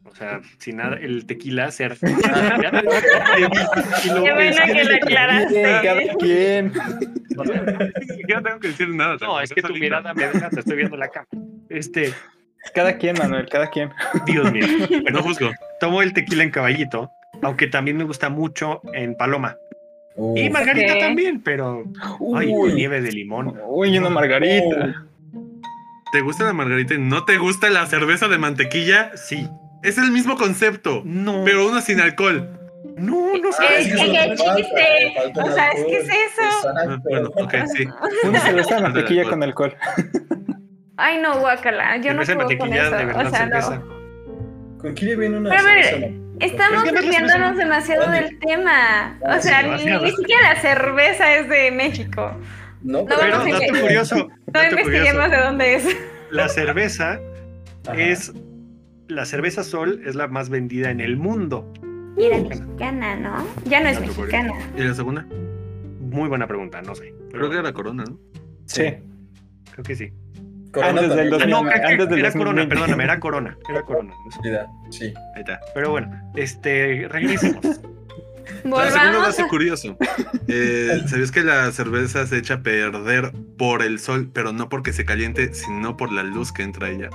S2: O sea, sin nada, el tequila ser.
S4: Qué bueno que lo
S1: Bien, cada
S4: aclaraste.
S1: quien.
S5: Ya no tengo que decir nada.
S2: No, es que tu mirada me deja, te estoy viendo la cama. Este,
S1: Cada quien, Manuel, cada quien.
S2: Dios mío.
S5: No
S2: Perdón,
S5: juzgo.
S2: tomo el tequila en caballito, aunque también me gusta mucho en paloma. Y
S3: Uf.
S2: margarita
S4: Ok.
S2: también, pero. Ay, con
S1: Uy,
S2: nieve de limón.
S1: uy, una margarita.
S5: ¿Te gusta la margarita y no te gusta la cerveza de mantequilla?
S2: Sí.
S5: Es el mismo concepto,
S2: No.
S5: pero uno sin alcohol.
S2: No, no
S4: Ah,
S2: sé.
S4: es que-
S3: eso
S4: ¿qué
S3: falta,
S4: chiste?
S3: falta
S4: O sea, es que
S3: alcohol.
S4: es eso.
S5: Ah,
S3: Exacto.
S5: Bueno, ok, sí.
S1: Una cerveza de mantequilla con alcohol.
S4: Ay, no, guácala. Yo no
S2: Cerveza de
S4: puedo con
S2: mantequilla,
S4: eso.
S2: de verdad,
S4: O sea,
S2: cerveza.
S4: no.
S3: ¿Con qué le viene una
S4: Pero a ver,
S3: cerveza?
S4: Estamos
S2: Es que además la
S4: desviándonos
S2: cerveza-
S4: demasiado
S3: Oye.
S4: del tema. O
S3: Ah,
S4: sea,
S2: sí,
S4: ni,
S2: demasiado.
S4: ni siquiera la cerveza es de México.
S3: No,
S2: Pero
S4: no,
S2: dato curioso,
S4: No
S2: dato
S4: investiguemos
S2: curioso.
S4: de dónde es.
S2: La cerveza
S3: Ajá.
S2: es la cerveza Sol es la más vendida en el mundo.
S4: Y era mexicana, ¿no? Ya no es
S5: Dato curioso.
S4: mexicana.
S5: ¿Y la segunda?
S2: Muy buena pregunta, no sé. Pero
S5: Creo que era corona, ¿no?
S1: Sí.
S2: creo que sí.
S3: Corona
S1: Antes del
S3: también.
S2: Ah, no, creo que
S1: antes del
S2: era corona,
S1: 2020.
S2: perdóname, era corona, era corona.
S3: Sí.
S5: Ahí está.
S2: Pero bueno, este, regresemos.
S5: La segunda
S4: Volvamos
S5: dato
S4: Pues a...
S5: curioso. Eh, ¿Sabías que la cerveza se echa a perder por el sol, pero no porque se caliente, sino por la luz que entra a ella?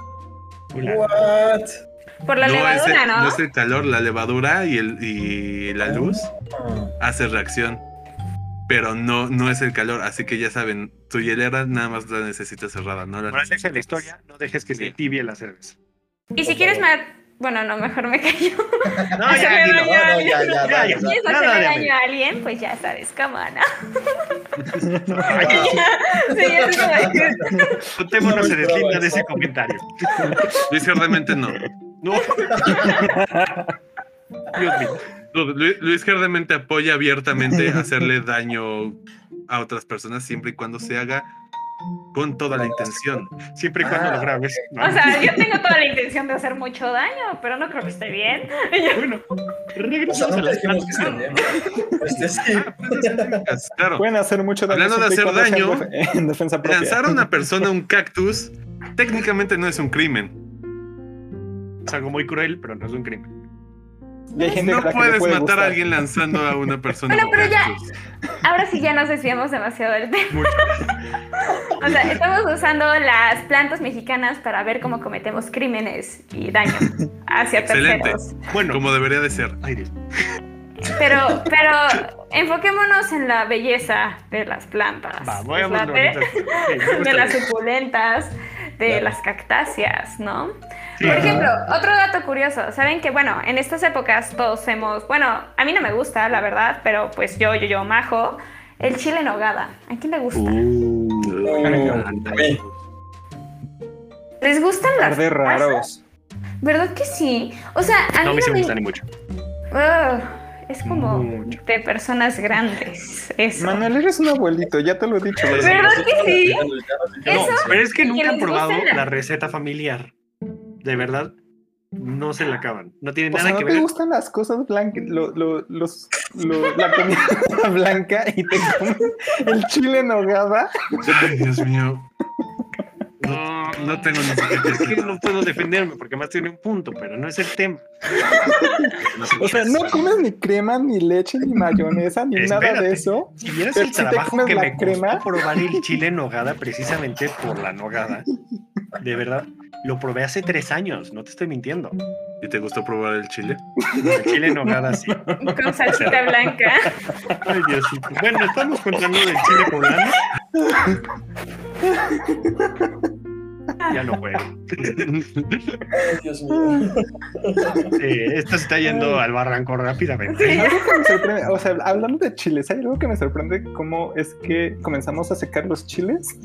S2: Hola.
S3: What?
S4: Por la
S5: no es
S4: levadura,
S5: el,
S4: ¿no? Oh.
S5: es el calor, la levadura y, el, y la luz hace reacción. Pero no, no es el calor, así que ya saben, tu hielera nada más la necesitas cerrada, no
S2: Moraleja
S5: la
S2: de la
S5: necesitas-
S2: historia, no dejes que se
S5: Sí.
S2: tibie la cerveza.
S4: Y si quieres me... Bueno, no, mejor me callo.
S2: No,
S4: Se
S2: ya,
S4: me
S2: dilo.
S4: dañó
S3: No, no,
S4: alguien.
S3: ya,
S2: Ya,
S3: ya, ya,
S2: ya.
S3: ya.
S4: ¿Quieres
S2: Nada
S4: hacerle
S2: de
S4: daño a alguien? Pues ya sabes cómo, ¿no?
S2: Aquí,
S4: Sí, es como decir,
S2: Contemos no se
S3: No, no,
S2: deslinda
S3: no.
S2: de ese comentario.
S5: Luis Gerdemente no.
S2: No. Dios mío.
S5: Lu- Lu- Luis Gerdemente apoya abiertamente hacerle daño a otras personas siempre y cuando se haga con toda la intención.
S2: Siempre y cuando
S3: Ah,
S2: lo grabes. ¿no?
S4: O sea, yo tengo toda la intención de hacer mucho daño, pero no creo que esté bien.
S2: bueno,
S3: O sea,
S2: regresemos a
S3: no
S2: las
S3: dijimos pues, que
S2: plantas.
S3: se llame. Este sí.
S4: Ah, pues,
S5: Claro.
S1: Pueden hacer mucho daño.
S5: Hablando de
S1: siempre y
S5: hacer
S1: cuando sea En defensa propia.
S5: Lanzar a una persona un cactus técnicamente no es un crimen.
S2: Es algo muy cruel, pero no es un crimen.
S1: Y hay gente a
S5: No
S1: la que le
S5: puedes
S1: puede
S5: matar
S1: gustar.
S5: a alguien lanzando a una persona
S4: Bueno,
S5: un
S4: pero ya.
S5: cactus.
S4: Ahora sí ya nos desviamos demasiado del tema.
S2: Mucho.
S4: O sea, estamos usando las plantas mexicanas para ver cómo cometemos crímenes y daño hacia
S5: Excelente.
S4: terceros.
S2: Bueno,
S5: Como debería de ser.
S2: ay, Dios.
S4: Pero, pero enfoquémonos en la belleza de las plantas.
S2: Va,
S4: ¿Les
S2: vayamos
S4: late?
S2: bonito. Sí, me gusta
S4: de las
S2: bien.
S4: suculentas, de
S3: Ya.
S4: las cactáceas, ¿no?
S2: Sí.
S4: Por
S3: Ajá.
S4: ejemplo, otro dato curioso, saben que bueno, en estas épocas todos hemos, bueno, a mí no me gusta, la verdad, pero pues yo, yo, yo, majo, el chile en hogada. ¿A quién le gusta?
S2: Uh,
S3: Ay,
S2: me
S3: no.
S2: encanta.
S3: Güey.
S4: ¿Les gustan las?
S1: Arde raros.
S4: ¿Verdad que sí? O sea, a
S2: No
S4: mí
S2: me se me
S4: no me-
S2: gustan ni mucho.
S4: Ugh, es como
S2: Mucho.
S4: de personas grandes. Eso.
S1: Manuel, eres un abuelito, ya te lo he dicho.
S3: Pero
S4: ¿Verdad
S3: nosotros
S4: que sí?
S3: ya nos- ya nos
S2: No,
S3: dijimos,
S4: Eso-
S3: sí.
S2: pero es que
S4: que
S2: nunca han
S4: les
S2: probado
S4: guste la-
S2: la receta familiar. De verdad, no se la acaban. No tiene
S1: O sea,
S2: nada
S1: ¿no
S2: que
S1: te
S2: ver.
S1: gustan las cosas blancas? Lo, lo- los, lo- la comida blanca y te comes el chile en hogada.
S5: Ay, Dios mío.
S2: No,
S5: No tengo ni
S2: Es que
S5: siquiera.
S2: no puedo defenderme porque más tiene un punto, pero no es el tema.
S1: O sea, no comes ni crema, ni leche, ni mayonesa, ni nada
S2: Espérate.
S1: de eso.
S2: Si vieras
S1: Pero
S2: el
S1: si te
S2: trabajo
S1: comes
S2: que
S1: la
S2: me
S1: crema.
S2: costó probar el chile en nogada precisamente por la nogada. De verdad, lo probé hace tres años, no te estoy mintiendo.
S5: ¿Y te gustó probar el chile?
S2: El chile en nogada sí.
S4: Con salsita blanca.
S2: Ay, Diosito. Bueno, estamos contando del chile poblano. Ya no juego.
S3: Ay, Dios
S4: Mm.
S3: mío.
S2: Sí, esto se está yendo al barranco rápidamente.
S4: Sí.
S1: Algo que me sorprende, o sea, hablando de chiles, hay algo que me sorprende cómo es que comenzamos a secar los chiles.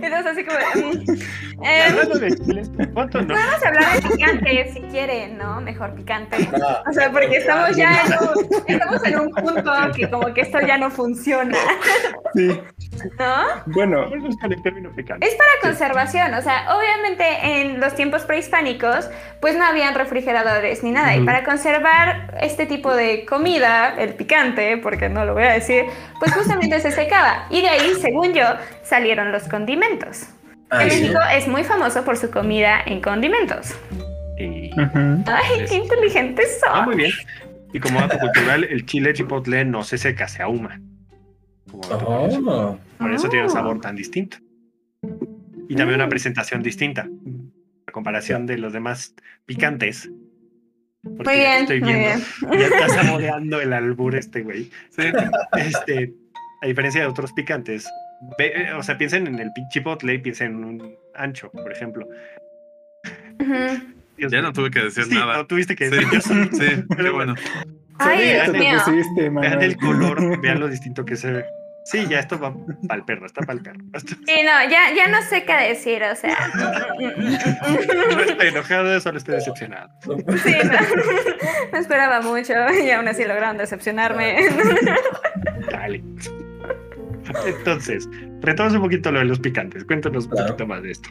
S4: Entonces, así como. mm, em,
S2: Hablando de chiles, ¿cuánto no?
S4: Vamos a hablar de picante, si quieren, ¿no? Mejor picante.
S3: Ah,
S4: O sea, porque estamos ya en un, estamos en un punto que como que esto ya no funciona,
S1: Sí.
S4: ¿no?
S1: Bueno,
S2: Vamos a buscar el término picante.
S4: Es para conservación, o sea, obviamente en los tiempos prehispánicos pues no habían refrigeradores ni nada y
S2: Ujú.
S4: para conservar este tipo de comida, el picante, porque no lo voy a decir, pues justamente se secaba y de ahí, según yo, salieron los condimentos.
S3: ah,
S4: en
S3: sí.
S4: México es muy famoso por su comida en condimentos.
S2: Y-
S4: Ay, qué
S2: Es-
S4: inteligentes son.
S2: Ah, muy bien. Y como dato cultural, el chile chipotle no se seca, se ahuma. Como dato curioso.
S3: Oh,
S2: Por eso tiene un
S4: Ah. Mm.
S2: sabor tan distinto. Y también una presentación distinta. A comparación de los demás picantes. Porque ya
S4: Muy
S2: te
S4: bien,
S2: estoy
S4: muy
S2: viendo,
S4: bien.
S2: Ya está saboreando el albur este güey.
S5: Sí,
S2: Este, a diferencia de otros picantes. ve- eh, o sea, piensen en el pi- chipotle y piensen en un ancho, por ejemplo.
S4: Ujú.
S2: Dios
S5: ya
S2: mío.
S5: no tuve que decir
S2: Sí,
S5: nada.
S2: no tuviste que
S5: Sí,
S2: decir.
S5: sí, qué
S2: Pero bueno.
S5: bueno.
S4: Ay,
S1: sabía
S4: Dios
S1: que te
S2: pues
S4: mío.
S1: pusiste, Manuel.
S2: Vean el color, vean lo distinto que se ve. Sí, ya esto va para el perro, está para el perro. Esto-
S4: Sí, no, ya, ya no sé qué decir, o sea.
S2: No estoy enojado, solo estoy decepcionado.
S3: no.
S4: Sí, no, no esperaba mucho y aún así lograron decepcionarme.
S2: Dale. Entonces, retomamos un poquito lo de los picantes. Cuéntanos un
S3: Claro.
S2: poquito más de esto.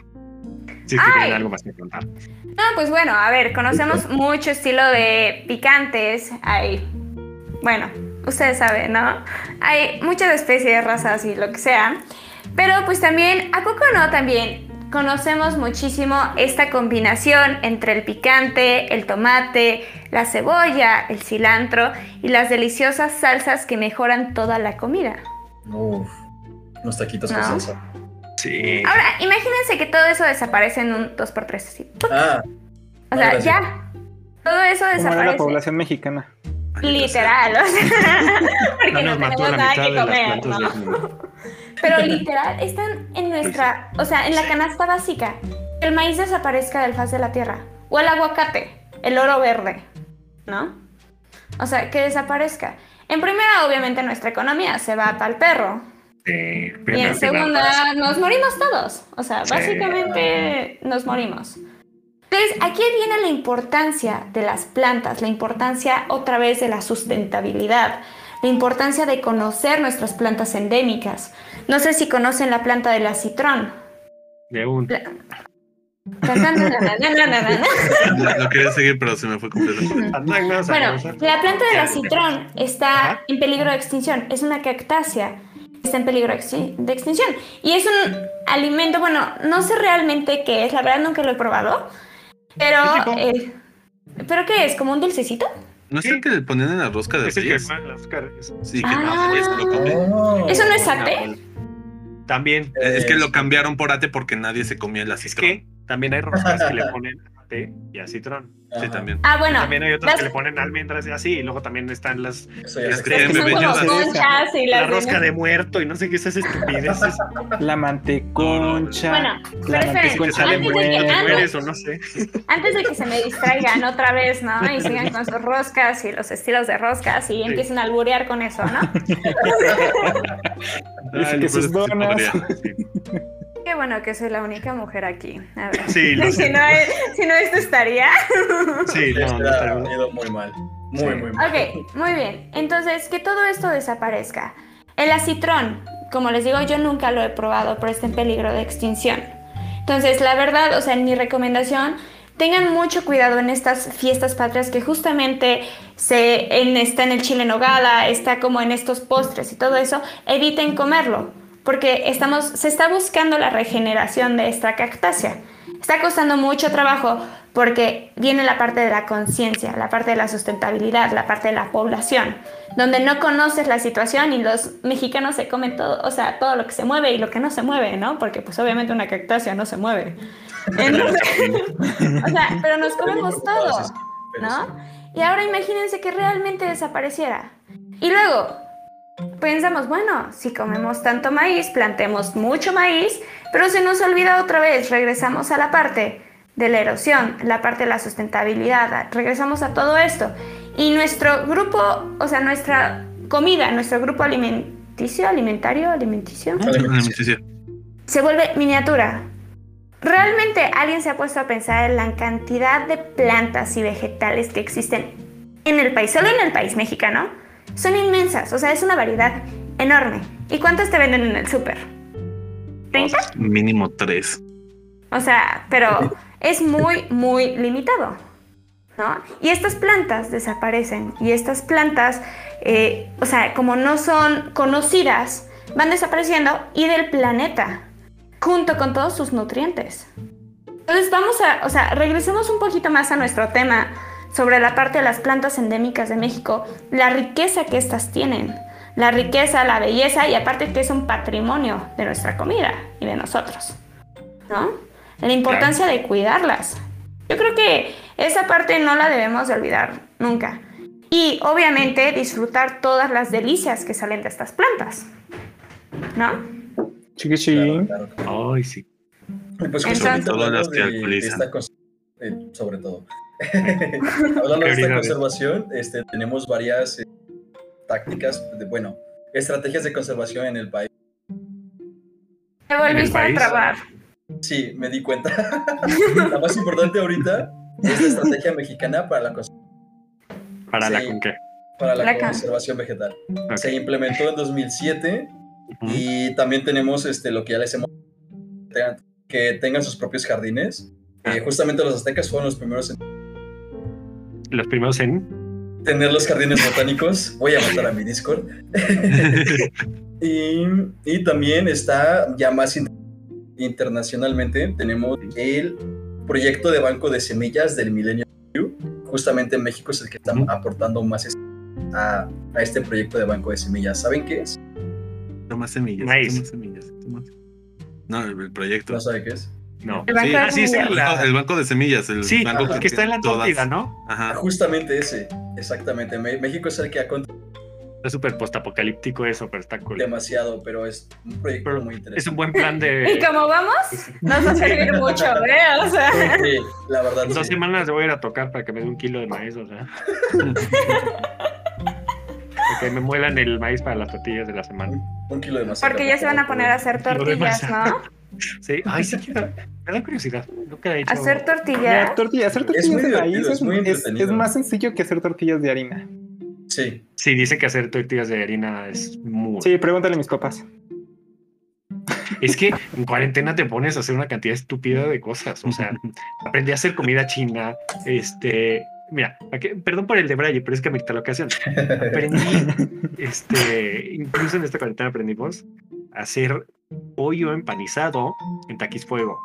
S2: Si es que
S4: Ay.
S2: tienen algo más que contar.
S4: No, pues bueno, a ver, conocemos mucho estilo de picantes. Hay, bueno, ustedes saben, ¿no? Hay muchas especies, razas y lo que sea. Pero pues también, a poco no, también conocemos muchísimo esta combinación entre el picante, el tomate, la cebolla, el cilantro y las deliciosas salsas que mejoran toda la comida.
S3: Uf, unos taquitos con
S4: No.
S3: salsa.
S2: Sí.
S4: Ahora, imagínense que todo eso desaparece en un 2x3 así.
S3: Ah,
S4: O sea,
S3: Ahora sí.
S4: ya. Todo eso
S1: ¿Cómo era la
S4: desaparece.
S1: población mexicana?
S4: Literal, o sea, porque no,
S2: nos mató
S4: tenemos
S2: la
S4: nada
S2: mitad
S4: que
S2: de las
S4: comer,
S2: plantas
S4: ¿no?
S2: del mundo.
S4: Pero literal, están en nuestra, o sea, en la canasta básica. Que el maíz desaparezca del faz de la tierra. O el aguacate, el oro verde, ¿no? O sea, que desaparezca. En primera, obviamente, nuestra economía se va para el perro.
S2: Sí,
S4: Y en
S2: primero que nada.
S4: segunda, nos morimos todos. O sea,
S2: Sí.
S4: básicamente nos morimos. Entonces, aquí viene la importancia de las plantas, la importancia otra vez de la sustentabilidad, la importancia de conocer nuestras plantas endémicas. No sé si conocen la planta del acitrón.
S2: De
S4: mm,
S2: un.
S4: Tan, tan, tan, tan, tan, tan, tan.
S5: Lo, lo quería seguir, pero se me fue completamente.
S2: Andagnas,
S4: Bueno,
S2: andagnas.
S4: la planta del
S2: Ya,
S4: acitrón está
S2: Ajá.
S4: en peligro de extinción. Es una cactácea. Está en peligro extin- de extinción. Y es un alimento, bueno, no sé realmente qué es. La verdad nunca lo he probado. Pero,
S2: ¿Qué tipo?
S4: eh, ¿pero qué es? ¿Como un dulcecito?
S5: ¿No es el que le ponían en la rosca de
S2: Es el que
S5: reyes?
S2: juegan las caras.
S5: Sí, que
S4: Ah.
S5: no, se lo comen.
S3: oh.
S4: ¿Eso no es ate?
S2: También.
S5: Eh, Es que lo cambiaron por ate porque nadie se comía el
S2: Es
S5: acitrón.
S2: que también hay roscas que le ponen té y acitrón.
S5: Sí, también.
S4: Ah, bueno.
S2: también hay otras
S4: las-
S2: que le ponen almendras y así, y luego también están las
S3: Eso ya
S5: Es
S3: se-
S5: que-
S4: las que son como
S5: Bebellotas.
S4: conchas y
S2: la
S4: las
S2: rosca de muerto y no sé qué esas estupideces.
S1: La manteconcha.
S4: Bueno,
S1: la
S4: pero esperen,
S2: Si te
S1: manteconcha
S2: sale
S1: de
S4: antes de que-
S2: muerto, te
S4: antes-
S1: muerto.
S2: mueres o no sé.
S4: Antes de que se me distraigan otra vez, ¿no? Y sigan con sus roscas y los estilos de roscas y empiecen a alburear con eso, ¿no?
S2: Ah,
S1: Dice que sus
S5: pero es que sí
S1: donas.
S5: podría.
S4: Qué bueno que soy la única mujer aquí. A ver.
S2: Sí, lo
S4: si,
S2: sé.
S4: no, si no, esto estaría.
S2: Sí, no, no
S3: Está
S2: estaría-
S3: Este ido muy mal. Muy,
S2: Sí.
S3: muy mal.
S4: Ok, muy bien. Entonces, que todo esto desaparezca. El acitrón, como les digo, yo nunca lo he probado, pero está en peligro de extinción. Entonces, la verdad, o sea, mi recomendación, tengan mucho cuidado en estas fiestas patrias que justamente se, en- está en el chile en nogada, está como en estos postres y todo eso, eviten comerlo, porque estamos, se está buscando la regeneración de esta cactácea. Está costando mucho trabajo porque viene la parte de la conciencia, la parte de la sustentabilidad, la parte de la población, donde no conoces la situación y los mexicanos se comen todo, o sea, todo lo que se mueve y lo que no se mueve, ¿no? Porque pues obviamente una cactácea no se mueve. Entonces, o sea, pero nos comemos todo,
S3: Pero sí.
S4: ¿no? Y ahora imagínense que realmente desapareciera. Y luego pensamos, bueno, si comemos tanto maíz, plantemos mucho maíz, Pero se nos olvida otra vez, regresamos a la parte de la erosión, la parte de la sustentabilidad, a- regresamos a todo esto. Y nuestro grupo, o sea, nuestra comida, nuestro grupo alimenticio, alimentario, alimenticio,
S5: Alimenticio.
S4: se vuelve miniatura. ¿Realmente alguien se ha puesto a pensar en la cantidad de plantas y vegetales que existen en el país, solo en el país mexicano? Son inmensas, o sea, es una variedad enorme. ¿Y cuántas te venden en el súper? ¿30?
S5: Mínimo tres.
S4: O sea, pero es muy, muy limitado. ¿no? Y estas plantas desaparecen. Y estas plantas, eh, o sea, como no son conocidas, van desapareciendo y del planeta, junto con todos sus nutrientes. Entonces vamos a, o sea, regresemos un poquito más a nuestro tema sobre la parte de las plantas endémicas de México, la riqueza que estas tienen, la riqueza, la belleza y aparte que es un patrimonio de nuestra comida y de nosotros. ¿no? La importancia de cuidarlas. Yo creo que esa parte no la debemos de olvidar nunca. Y obviamente disfrutar todas las delicias que salen de estas plantas. ¿No?
S1: Chiquichín.
S3: Claro, claro.
S2: Ay, sí.
S3: Y Pues
S4: Entonces-
S3: justo ahorita
S5: Todas las
S3: hablando
S5: que
S3: de- de
S5: alcoholizan.
S3: esta cons- eh, sobre todo. hablando de esta
S2: Prioridades.
S3: conservación, este, tenemos varias eh, tácticas, de, bueno, estrategias de conservación en el país.
S4: Te
S2: ¿En el
S4: volviste a
S2: país?
S4: trabar.
S3: Sí, me di cuenta. la más importante ahorita es la estrategia mexicana para la, cons-
S2: Para la
S3: Sí.
S2: con qué.
S3: para la
S4: La can-
S3: conservación vegetal.
S2: Ok.
S3: Se implementó en 2007
S2: Ujú.
S3: Y también tenemos este, lo que ya les hemos tengan- que tengan sus propios jardines. Eh, justamente los aztecas fueron los primeros en
S2: Los primeros en.
S3: tener los jardines botánicos. Voy a mandar a mi Discord. Y, y también está ya más in- internacionalmente, tenemos el proyecto de banco de semillas del Milenio. View. Justamente en México es el que está
S2: Ujú.
S3: aportando más es- a, a este proyecto de banco de semillas. ¿Saben qué es?
S5: Toma semillas.
S2: Maíz.
S5: Toma semillas. toma- No, el, el proyecto.
S3: ¿No saben qué es?
S2: No.
S4: El banco de
S2: ah, sí, sí,
S4: semillas.
S5: El banco,
S2: la-
S5: el banco de semillas. El
S2: Sí,
S5: banco
S2: el que está en la Antártida, ¿no?
S5: Ajá.
S3: Ah, Justamente ese, exactamente. Me- México es el que ha contado
S2: Está súper postapocalíptico eso, pero está cool.
S3: demasiado, pero es un proyecto
S2: Pero Es
S3: muy
S2: un
S3: interesante.
S2: buen plan
S4: Y
S2: de.
S4: como vamos, nos va a servir mucho, ¿eh? O sea,
S3: Sí, la verdad.
S2: En dos
S3: sí.
S2: semanas voy a ir a tocar para que me dé un kilo de maíz, o sea. Para que me muelan el maíz para las tortillas de la semana.
S3: Un kilo de masa.
S4: porque ya se van a poner a hacer tortillas, ¿no?
S2: Sí, ay, sí, quiero- me da curiosidad. Nunca he hecho.
S4: Hacer
S1: Mira,
S4: tortillas.
S1: tortilla, hacer tortillas
S3: muy
S1: de maíz
S3: divertido,
S1: es,
S3: es muy
S1: es- es
S3: entretenido.
S1: más sencillo que hacer tortillas de harina.
S3: Sí,
S2: Sí, dice que hacer tortillas de harina es muy.
S1: Sí, pregúntale a mis papás.
S2: Es que en cuarentena te pones a hacer una cantidad estúpida de cosas. O sea, aprendí a hacer comida china. Este, mira, ¿a qué? perdón por el de Braille, pero es que me quita la ocasión. Aprendí, este, incluso en esta cuarentena aprendimos a hacer pollo empanizado en taquisfuego.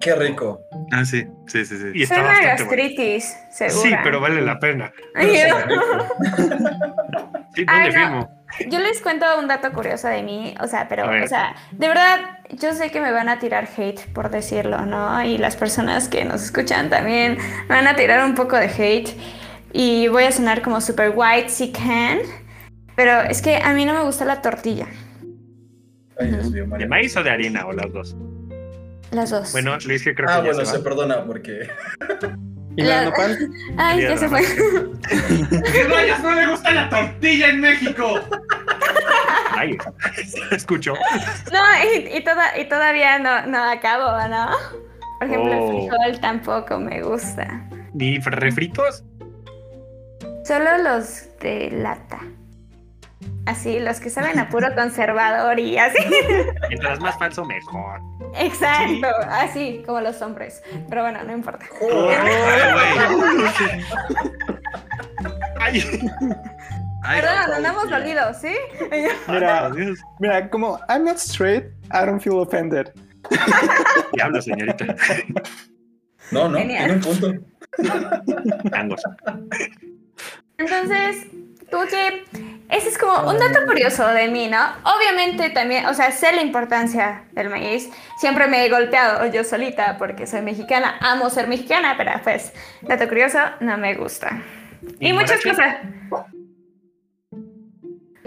S3: qué rico.
S5: Ah, sí. Sí, sí, sí.
S2: Y
S4: Fue
S2: está
S4: una
S2: bastante bueno.
S4: gastritis, segura.
S2: Sí, pero vale la pena.
S4: Ay, yo-
S2: Sí, ¿dónde
S4: Ay, no.
S2: firmo?
S4: Yo les cuento un dato curioso de mí, o sea, pero,
S2: A ver.
S4: o sea, de verdad, yo sé que me van a tirar hate por decirlo, ¿no? Y las personas que nos escuchan también me van a tirar un poco de hate y voy a sonar como super white si can, pero es que a mí no me gusta la tortilla,
S3: Ay, Dios mío,
S2: ¿De
S3: María.
S2: maíz o de harina o las dos?
S4: las dos.
S2: Bueno, Luis, que creo que
S3: Ah,
S2: ya
S3: bueno,
S2: se
S3: se
S2: va.
S3: perdona porque
S1: ¿Y la
S4: La-
S1: nopal?
S4: Ay,
S2: Quería
S4: ya se fue.
S2: ¡Que rayos no le gusta la tortilla en México! Ay, escucho.
S4: No, y, y toda- y todavía no, no acabo, ¿no? Por ejemplo,
S2: Oh.
S4: el frijol tampoco me gusta,
S2: ¿Ni refritos?
S4: solo los de lata. Así, los que saben a puro conservador y así.
S2: Mientras más falso, mejor.
S4: Exacto, así como los hombres. Pero bueno, no importa.
S3: Oh,
S5: Ay, güey.
S2: Ay,
S5: Ay,
S4: Perdón, andamos dolidos, ¿sí?
S1: Mira,
S5: Dios.
S1: mira, como I'm not straight, I don't feel offended.
S2: diablo, señorita.
S3: No, no,
S4: Genial.
S3: tiene un punto.
S2: Tangos.
S4: Entonces, como que ese es como un dato curioso de mí, ¿no? Obviamente también, o sea, sé la importancia del maíz. Siempre me he golpeado yo solita porque soy mexicana. Amo ser mexicana, pero pues, dato curioso, no me gusta. Y, muchas
S2: guarache?
S4: cosas. ¿El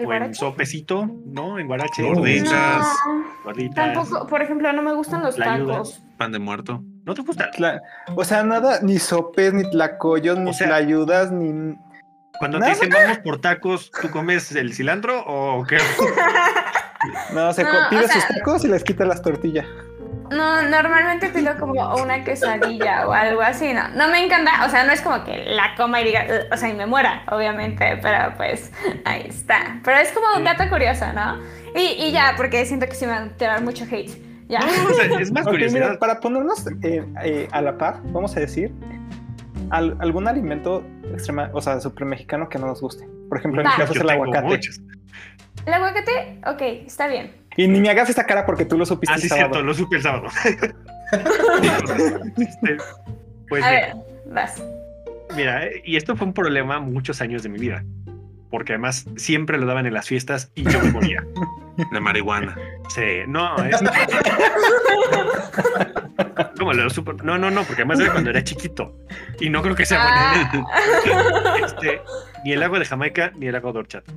S2: O en
S4: guarache?
S2: sopecito, ¿no? En guarache.
S5: Gorditas.
S4: No.
S2: gorditas.
S4: Tampoco, por ejemplo, no me gustan los
S2: La ayuda.
S4: tacos.
S5: Pan de muerto.
S2: ¿No te gusta?
S1: Tla- o sea, nada, ni sopes, ni tlacoyos, ni
S2: O sea-
S1: tlayudas, ni.
S2: Cuando
S1: Nada.
S2: te dicen vamos por tacos, ¿tú comes el cilantro o qué?
S1: No, se
S4: No,
S1: co-
S4: o
S1: pide
S4: sea-
S1: sus tacos y les quita las tortillas.
S4: No, normalmente pido como una quesadilla o algo así, ¿no? No me encanta, o sea, no es como que la coma y diga, "Ugh", o sea, y me muera, obviamente, pero pues ahí está. Pero es como un dato curioso, ¿no? Y, y ya, porque siento que sí me van a tirar mucho hate. Ya.
S2: O sea, es más
S1: Ok, mira,
S2: curiosidad.
S1: para ponernos eh, eh, a la par, vamos a decir al- algún alimento extrema, o sea, super mexicano que no nos guste. Por ejemplo, en mi
S4: Va.
S1: caso es
S2: Yo
S1: el
S2: tengo
S1: aguacate.
S2: muchos.
S4: El aguacate, ok, está bien.
S1: Y ni me hagas esta cara porque tú lo supiste
S2: Ah, sí,
S1: el
S2: es cierto,
S1: sábado.
S2: lo supe el sábado. Este, pues
S4: A
S2: mira,
S4: ver, vas.
S2: mira, eh, y esto fue un problema muchos años de mi vida. Porque además siempre lo daban en las fiestas y yo me moría.
S5: La marihuana.
S2: Sí, no, es. Como lo super- No, no, no, porque además era cuando era chiquito. Y no creo que sea buena
S4: Ah.
S2: idea. Este, ni el agua de Jamaica ni el agua de horchata.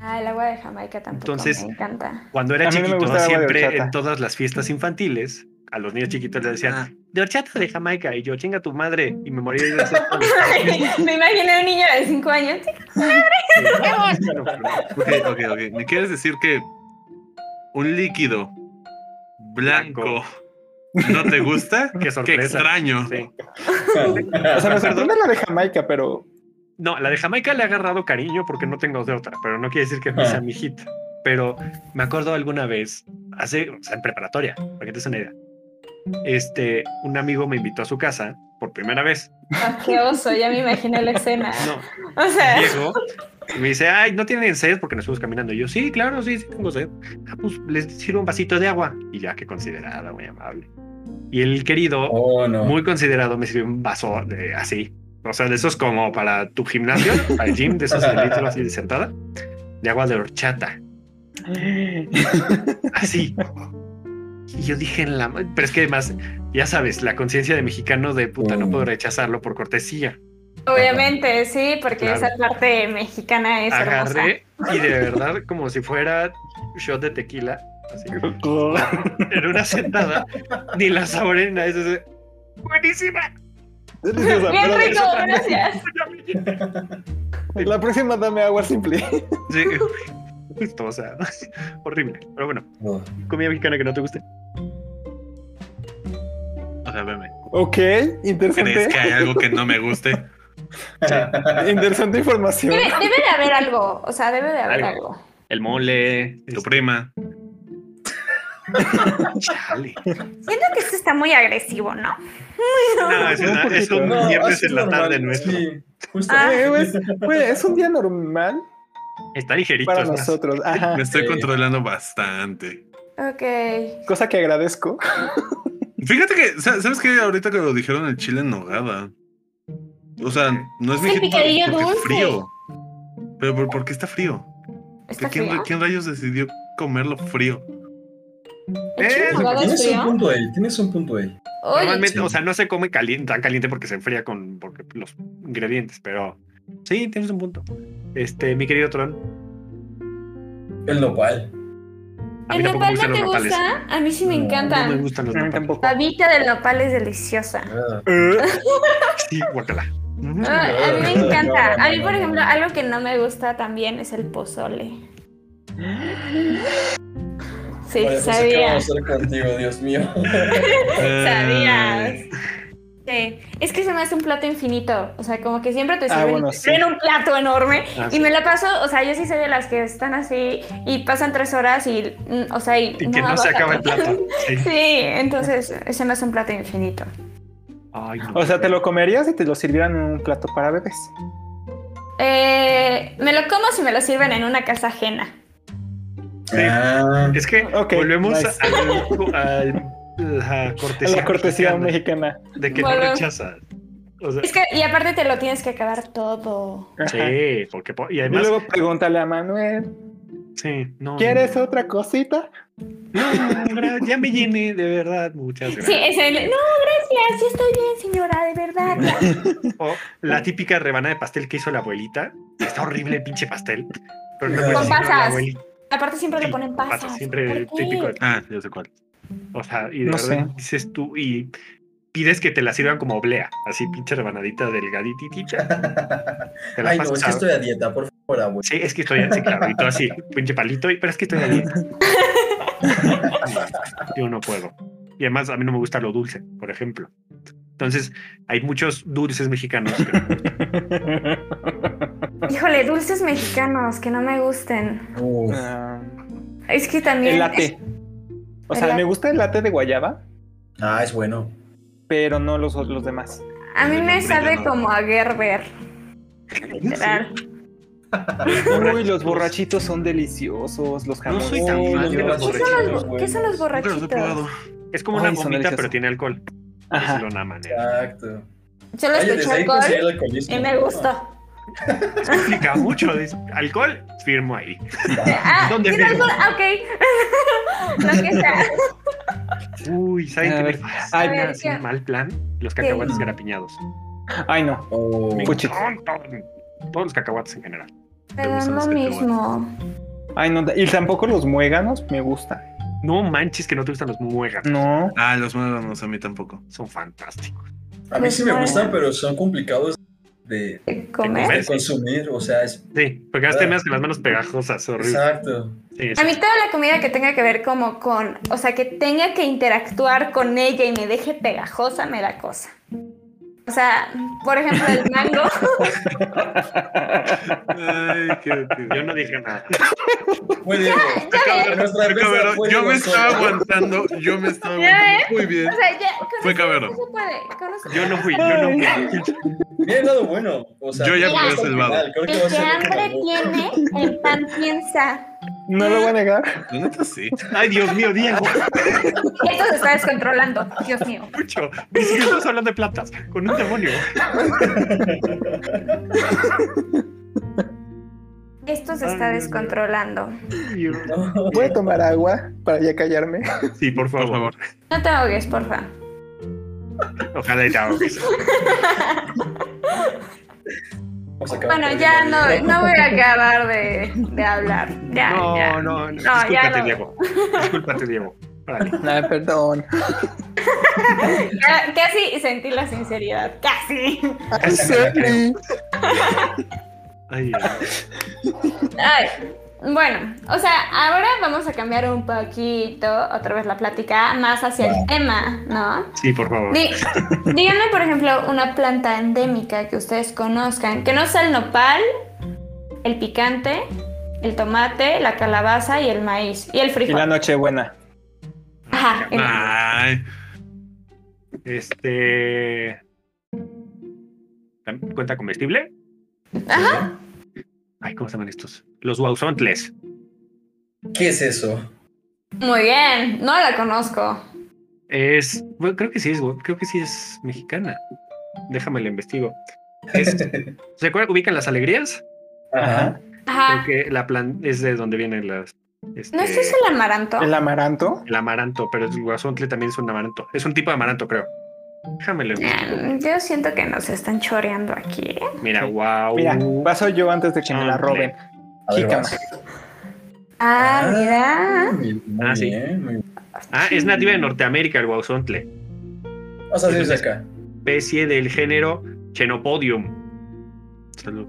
S4: Ah, el agua de Jamaica tampoco
S2: Entonces-
S4: me encanta.
S2: Cuando era
S1: A mí no me
S2: chiquito,
S1: gusta el agua de
S2: siempre
S1: horchata.
S2: en todas las fiestas infantiles, a los niños chiquitos les decían,
S5: Ah,
S2: de horchata o de Jamaica. Y yo, chinga tu madre. Y me moría de eso.
S4: me imaginé un niño de 5 años.
S5: ok, ok, ok. ¿Me quieres decir que un líquido blanco no te gusta?
S2: Qué
S5: Qué
S2: sorpresa.
S5: extraño.
S2: Sí.
S1: O sea, me
S2: Ah, Perdón.
S1: sorprende la de Jamaica, pero
S2: No, la de Jamaica le he agarrado cariño porque no tengo de otra, pero no quiere decir que
S1: Ah.
S2: no sea mi hit. Pero me acuerdo alguna vez, hace, o sea, en preparatoria, para que te des una idea. Este, un amigo me invitó a su casa por primera vez.
S4: Ah, qué oso, ya me imaginé la escena.
S2: No,
S4: O sea,
S2: Llego y me dice, ay, ¿no tienen sed? Porque nos fuimos caminando. Y yo, sí, claro, sí, sí tengo sed. Ah, pues les sirvo un vasito de agua. Y ya, qué considerada, muy amable. Y el querido,
S3: Oh, no.
S2: muy considerado, me sirvió un vaso de así. O sea, de esos como para tu gimnasio, para el gym, de esos de litro así de sentada, de agua de horchata, así. Y yo dije en la... ma- Pero es que además, ya sabes, la conciencia de mexicano de puta, no puedo rechazarlo por cortesía.
S4: Obviamente, sí, porque
S2: Claro.
S4: esa parte mexicana es hermosa.
S2: agarré y de verdad como si fuera shot de tequila así en una sentada ni la saboreé ni nada, es así, buenísima
S4: Bien rico,
S2: Pero-
S4: gracias.
S1: la próxima dame agua simple.
S2: sí, justo, o sea horrible pero bueno
S3: Oh.
S2: comida mexicana que no te guste
S5: O sea, veme.
S1: Ok,
S5: ¿Crees que
S1: interesante.
S5: hay algo que no me guste?
S1: Interesante información.
S4: Debe, debe de haber algo, o sea, debe de haber
S2: Algo.
S4: algo.
S2: el mole
S5: Tu prima.
S2: chale.
S4: Siento que esto está muy agresivo, ¿no?
S2: no es, una- es un
S3: No,
S2: viernes
S3: así
S2: en la
S3: normal,
S2: tarde nuestro
S3: Sí, justo.
S4: Ah.
S1: Eh, güey, es, güey, es un día normal
S2: está ligerito
S1: para
S2: es más.
S1: nosotros. Ajá.
S5: Me estoy
S3: Sí.
S5: controlando bastante.
S4: Ok.
S1: Cosa que agradezco.
S5: Fíjate que, sa- ¿sabes qué? Ahorita que lo dijeron, el chile en nogada. O sea, no es
S4: Es el
S5: mexicano
S4: picadillo
S5: porque es
S4: dulce.
S5: frío. Pero ¿por, por qué está frío?
S4: ¿Está
S5: ¿Quién,
S4: frío?
S5: quién rayos decidió comerlo frío?
S4: ¿El chile
S2: Eh,
S4: nogada es
S3: Tienes un
S4: frío?
S3: punto ahí, tienes un punto ahí.
S4: Oye,
S2: Normalmente, o sea, no se come caliente, tan caliente porque se enfría con porque los ingredientes, pero sí, tienes un punto. Este, mi querido Tron,
S3: El nopal.
S2: a mí tampoco me
S4: ¿el nopal
S2: gustan los
S4: no te
S2: nopales.
S4: gusta? A mí sí me
S3: No, no
S2: No me
S4: encantan.
S2: gustan los
S1: A mí
S2: nopales.
S1: tampoco.
S4: La vita del nopal es deliciosa.
S3: Ah.
S1: Eh,
S2: Sí, guacala.
S4: Ah, a mí me
S3: No, no,
S4: encanta.
S3: no,
S4: A mí,
S3: no,
S4: por
S3: no.
S4: ejemplo, algo que no me gusta también es el pozole.
S3: pues
S4: Sí,
S3: Vaya, pues, ¿qué
S4: sabía.
S3: vamos a hacer contigo, Dios mío?
S2: Eh,
S4: Sabías.
S5: Ay,
S4: Sí, es que se me hace un plato infinito. O sea, como que siempre te
S1: Ah,
S4: sirven,
S1: bueno,
S4: te
S1: sí.
S4: sirven un plato enorme.
S2: Ah,
S4: Y me la paso, o sea, yo sí soy de las que están así y pasan tres horas y, mm, o sea, y,
S2: Y que no
S4: vas
S2: se
S4: a-
S2: acaba el plato. Sí.
S4: Sí, entonces se me hace un plato infinito.
S2: Ay, no.
S1: O sea, te lo comerías y te lo sirvieran en un plato para bebés.
S4: Eh, me lo como si me lo sirven en una casa ajena.
S2: Sí.
S3: Ah.
S2: Es que
S1: Ok,
S2: volvemos
S1: nice.
S2: al, al- la cortesía.
S1: la cortesía
S2: mexicana
S1: mexicana.
S2: de que no
S4: Bueno.
S2: rechazas. O sea,
S4: Es que, y aparte te lo tienes que acabar todo.
S1: Ajá.
S2: sí, porque po- y
S1: Y
S2: además
S1: luego pregúntale a Manuel,
S2: sí, no.
S1: ¿quieres otra cosita?
S2: No, gra- ya me llené de verdad, muchas gracias.
S4: Sí, es el. No, gracias, sí estoy bien, señora, de verdad. ya".
S2: O la típica rebanada de pastel que hizo la abuelita. Está horrible el pinche pastel. Pero no
S3: Con
S2: me acuerdo si era la
S4: pasas.
S2: abuelita.
S4: Aparte siempre le ponen pasas.
S2: Patas, siempre
S4: ¿Por qué?
S2: típico. de-
S5: Ah, yo sé cuál.
S2: O sea, y de
S1: No
S2: verdad
S1: sé.
S2: dices tú y pides que te la sirvan como oblea, así pinche rebanadita delgaditita. Te la
S3: Ay, no,
S2: pasas
S3: es que
S2: a-
S3: estoy a dieta, por favor, abuelo.
S2: Sí, es que estoy así, claro, y todo así, pinche palito, y, pero es que estoy ahí. Yo no puedo. Y además a mí no me gusta lo dulce, por ejemplo. Entonces, hay muchos dulces mexicanos. que-
S4: Híjole, dulces mexicanos que no me gusten.
S3: Uf,
S1: Ah,
S4: Es que también.
S1: el latte. O sea,
S4: El
S1: me gusta el latte de guayaba,
S3: Ah, es bueno.
S1: pero no los, los demás.
S4: A mí me
S5: Sí,
S4: sabe
S5: no.
S4: como a Gerber. Literal.
S1: Uy, los borrachitos son deliciosos, los
S5: No
S1: jamones.
S5: soy tan fan de los
S3: Los
S4: ¿Qué son los,
S5: borrachitos.
S4: bo- qué son los
S5: Nunca los he probado.
S4: borrachitos?
S2: Es como una
S1: Ay, son
S2: gomita,
S1: deliciosos.
S2: pero tiene alcohol. Es
S1: Ajá.
S2: de una manera.
S3: Exacto.
S4: Yo lo escuché alcohol
S3: alcoholismo.
S4: y me gustó.
S2: Es que implica mucho. es alcohol, firmo ahí.
S4: Ah,
S2: ¿Dónde
S4: ¿tiene
S2: firmo?
S4: alcohol? Ah, Ok. Lo que sea.
S2: Uy, ¿saben
S1: A
S2: qué me
S1: ver.
S2: fascina?
S1: Ay,
S4: A ver,
S1: no.
S2: Es un mal plan. Los cacahuates garapiñados.
S1: Ay, no.
S3: Oh.
S2: Me
S1: Fuchi.
S2: encantan. Todos los cacahuates en general.
S4: Me
S5: gustan
S4: dan
S5: los
S4: lo
S5: que te
S4: mismo.
S1: Ay, no. Y tampoco los muéganos me gustan.
S2: No manches que no te gustan los muegas.
S1: No.
S5: Ah, los muéganos a mí tampoco.
S2: Son fantásticos.
S3: A mí
S4: Pues,
S3: sí me gustan, pero son complicados de,
S4: ¿Comer?
S2: comer?
S3: de consumir. O sea, es.
S2: Sí, porque ahora te me hacen las manos pegajosas, horrible.
S3: Exacto.
S2: Sí, sí.
S4: A mí toda la comida que tenga que ver como con, o sea, que tenga que interactuar con ella y me deje pegajosa, me da cosa. O sea, por ejemplo, el mango.
S5: Ay, qué
S2: Yo no dije nada.
S3: Muy bien.
S4: ya ves,
S3: Nuestra mesa fue
S5: Yo me
S3: de
S5: estaba
S3: nosotros.
S5: aguantando, yo me estaba
S4: ¿Ya
S5: aguantando muy bien.
S4: o sea, ya, con
S5: Fue
S4: eso
S5: cabrón.
S4: no se puede, con eso-
S2: Yo no fui, yo no fui.
S3: Bien lado bueno. O sea,
S5: Yo ya
S4: me
S3: creo que
S5: he
S3: está
S5: salvado.
S3: mal, creo que va a
S4: El que
S3: ser lo
S4: hambre
S3: acabó.
S4: tiene, el pan piensa.
S1: No lo voy a negar.
S5: La neta sí.
S2: Ay, Dios mío, Diego,
S4: Esto se está descontrolando, Dios mío.
S2: mucho. Ni siquiera estamos hablando de plantas. Con un demonio.
S4: Esto se está
S2: Ay,
S4: descontrolando.
S3: No.
S1: Voy a tomar agua para ya callarme.
S2: Sí, por
S5: Por
S2: favor.
S5: favor.
S4: No te ahogues, porfa.
S2: Ojalá y te ahogues.
S3: Vamos a acabar
S4: Bueno,
S3: perdiendo
S4: ya
S3: el
S4: no,
S3: video.
S4: no voy a acabar de, de hablar. Ya, ya.
S2: No, no, no.
S4: ya
S2: Discúlpate,
S4: no.
S2: Diego. Discúlpate, Diego. Órale.
S1: Ay, perdón.
S4: Ya, casi sentí la sinceridad, casi.
S1: I'm sorry.
S2: Ay, ay.
S4: Ay, bueno, o sea, ahora vamos a cambiar un poquito otra vez la plática más hacia el tema, ¿no?
S2: sí, por favor.
S4: Di- díganme, por ejemplo, una planta endémica que ustedes conozcan, que no sea el nopal, el picante, el tomate, la calabaza y el maíz y el
S1: Y la
S4: frijol.
S1: nochebuena.
S2: Ah,
S4: Ajá, el-
S5: Ay,
S2: Este. ¿Tam- ¿Cuenta comestible?
S4: Ajá.
S2: Ay, ¿cómo se llaman estos? Los guauzontles.
S3: ¿Qué es eso?
S4: Muy bien, no la conozco.
S2: Es, bueno, creo que sí es, güey, creo que sí es mexicana. Déjame la investigo. Es- ¿Se acuerdan que ubican las alegrías?
S3: Ajá.
S4: Ajá.
S2: Creo que la plan es de donde vienen las. este,
S4: Ah. ¿No es eso el amaranto?
S1: El amaranto.
S2: el amaranto, pero el guasontle también es un amaranto. Es un tipo de amaranto, creo. Déjame la investigo.
S4: Mm, Yo siento que nos están choreando aquí. ¿eh?
S2: Mira, wow.
S1: Mira, paso yo antes de que me la roben.
S3: A ver,
S1: Jícama.
S3: vas.
S4: Ah,
S3: Ah.
S4: mira.
S3: Muy muy
S2: Ah, sí.
S3: bien. muy bien.
S2: Ah, es nativa de Norteamérica el guasontle.
S3: Vamos a hacer acá.
S2: Especie del género Chenopodium. Salud.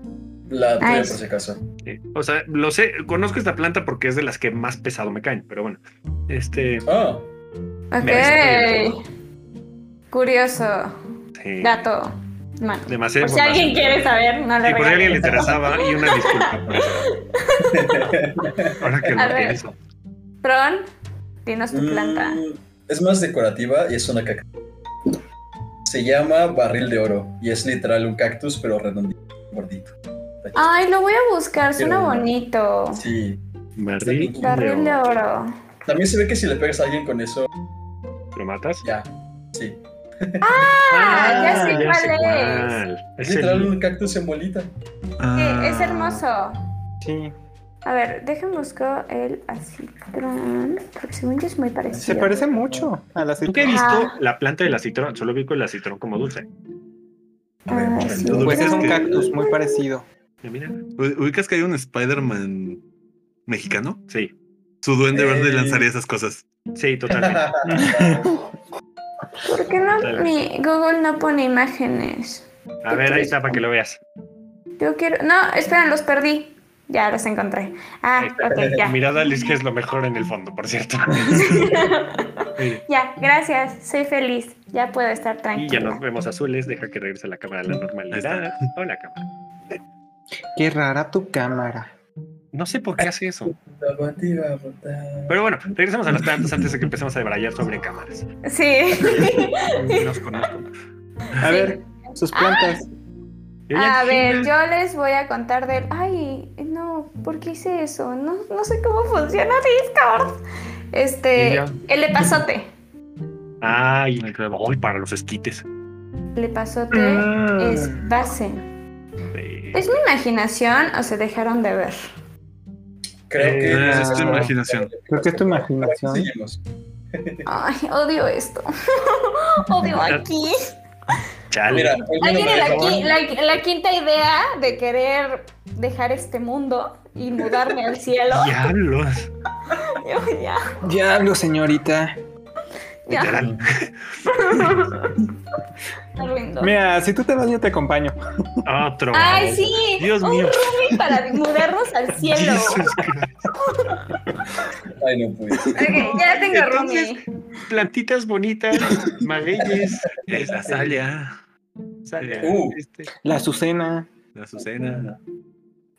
S3: La tuya,
S4: Ay.
S3: por si acaso.
S2: Sí. O sea, lo sé, conozco esta planta porque es de las que más pesado me caen, pero bueno. Este.
S3: Ah,
S2: Me
S4: Ok. Curioso.
S2: sí.
S4: Dato. Bueno.
S2: Demasiado.
S4: Por si alguien quiere saber, no le
S2: Y por si a alguien le
S4: regales.
S2: interesaba, y una disculpa por eso. Ahora que
S4: A
S2: lo
S4: ver.
S2: pienso.
S4: Tron, dinos tu planta.
S3: Mm, Es más decorativa y es una caca. Se llama barril de oro y es literal un cactus, pero redondito, gordito.
S4: Ay, lo voy a buscar, suena
S3: Pero-
S4: bonito.
S3: Sí.
S2: Barril de
S4: Barril de
S2: oro.
S4: oro.
S3: También se ve que si le pegas a alguien con eso,
S2: ¿Lo matas?
S3: ya. Sí.
S4: Ah, ya sé cuál es.
S2: es.
S3: Es
S2: el-
S3: literal un cactus en bolita.
S5: ah.
S4: Eh, es hermoso.
S1: Sí.
S4: A ver, déjenme buscar el acitrón, porque según yo es muy parecido.
S1: Se parece mucho a la
S2: Nunca he
S1: aceituna.
S2: visto
S4: Ah.
S2: la planta del acitrón, solo vi con el acitrón como dulce.
S4: Ah, sí.
S5: Lo
S1: Pues
S5: que
S1: es un
S5: que-
S1: cactus muy parecido.
S2: Mira,
S5: U- Ubicas que hay un Spider-Man mexicano,
S2: Sí,
S5: su duende verde
S3: Ey.
S5: lanzaría esas cosas.
S2: sí, totalmente.
S4: ¿Por qué no,
S2: Dale.
S4: mi Google no pone imágenes?
S2: A ver, ahí está para que lo veas.
S4: Yo quiero. No, esperen, los perdí. Ya los encontré. Ah,
S2: Ahí está.
S4: ok, ya.
S2: Mirada Liz, que es lo mejor en el fondo, por cierto. Sí.
S4: Ya, gracias. Soy feliz. Ya puedo estar
S2: Y ya nos
S4: tranquila.
S2: vemos azules, deja que regrese la cámara a la normalidad. Hola, cámara.
S1: Qué rara tu cámara.
S2: No sé por qué hace eso.
S3: Tabativa, botá.
S2: Pero bueno, regresemos a las plantas antes de que empecemos a debrayar sobre cámaras.
S4: Sí.
S2: Los conozco.
S1: A ver, sus plantas.
S2: Yo ya
S4: A ver,
S2: dije-
S4: yo les voy a contar del. Ay, no, ¿por qué hice eso? No, no sé cómo funciona Discord.
S2: Y
S4: Este,
S2: ya.
S4: el epazote.
S2: Ay, me quedo- ay, para los esquites.
S4: El epazote
S2: Ah.
S4: es base.
S2: Sí.
S4: Es mi imaginación o se dejaron de ver.
S3: Creo que.
S2: Eh,
S3: nos
S1: es tu
S3: estamos-
S5: imaginación.
S1: Creo que es tu imaginación.
S3: Seguimos.
S4: Ay, odio esto. odio aquí.
S2: Chale.
S3: Mira,
S4: Ahí
S3: alguien
S4: viene
S3: me
S4: la,
S3: dejó-
S4: qui- la- la quinta idea de querer dejar este mundo y mudarme al cielo.
S2: Diablos.
S4: Yo ya,
S1: Diablo, señorita.
S4: ya,
S2: Literal.
S4: me rindo.
S1: Mira, si tú te vas, yo te acompaño.
S2: Otro.
S4: Ay, sí.
S2: Dios
S4: un
S2: mío.
S4: roomie para mudarnos al cielo.
S2: Jesus Christ.
S3: Ay, no pude.
S4: Ok, ya tengo
S2: Entonces-
S4: roomie.
S2: Plantitas bonitas, magueyes,
S5: Es la salia,
S2: sale.
S3: Uh.
S2: Este,
S1: La Azucena.
S5: la azucena.
S3: Ah,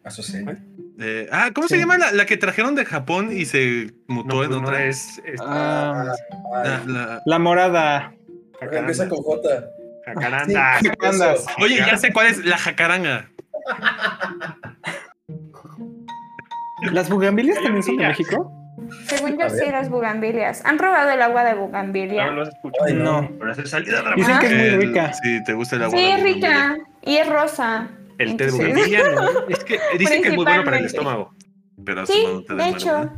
S3: Azucena.
S5: Eh, ah, ¿cómo se
S1: Sí.
S5: llama la, la que trajeron de Japón y se
S2: no,
S5: mutó
S2: pues
S5: en
S2: no, no
S5: otra?
S2: es. es
S1: Ah,
S5: La-
S3: Ay,
S5: la-
S1: la morada.
S2: jacaranda.
S3: Empieza con
S2: ah,
S3: J.
S2: Jacaranda.
S1: ¿Qué andas?
S3: Eso.
S5: Oye, ya sé cuál es la jacaranga.
S1: ¿Las bugambilias también son de
S2: Bugambilia.
S1: México?
S4: Según yo,
S3: A ver.
S4: sí, las bugambilias. ¿Han probado el agua de
S2: No
S4: bugambilia?
S2: los escucho.
S3: Ay,
S1: No.
S2: Pero hace salida de la
S1: Dicen que Ah, es
S5: El-
S1: muy rica.
S5: Si te gusta el agua.
S4: Sí,
S5: de
S4: es
S5: bugambilia.
S4: rica. Y es rosa.
S2: El té de
S4: Sí.
S2: bugambilia, no. Es que dicen que es muy bueno para el
S4: Principalmente.
S2: estómago.
S5: Pero su
S4: Sí,
S5: mano te
S4: de
S5: da
S4: hecho.
S5: maravilla.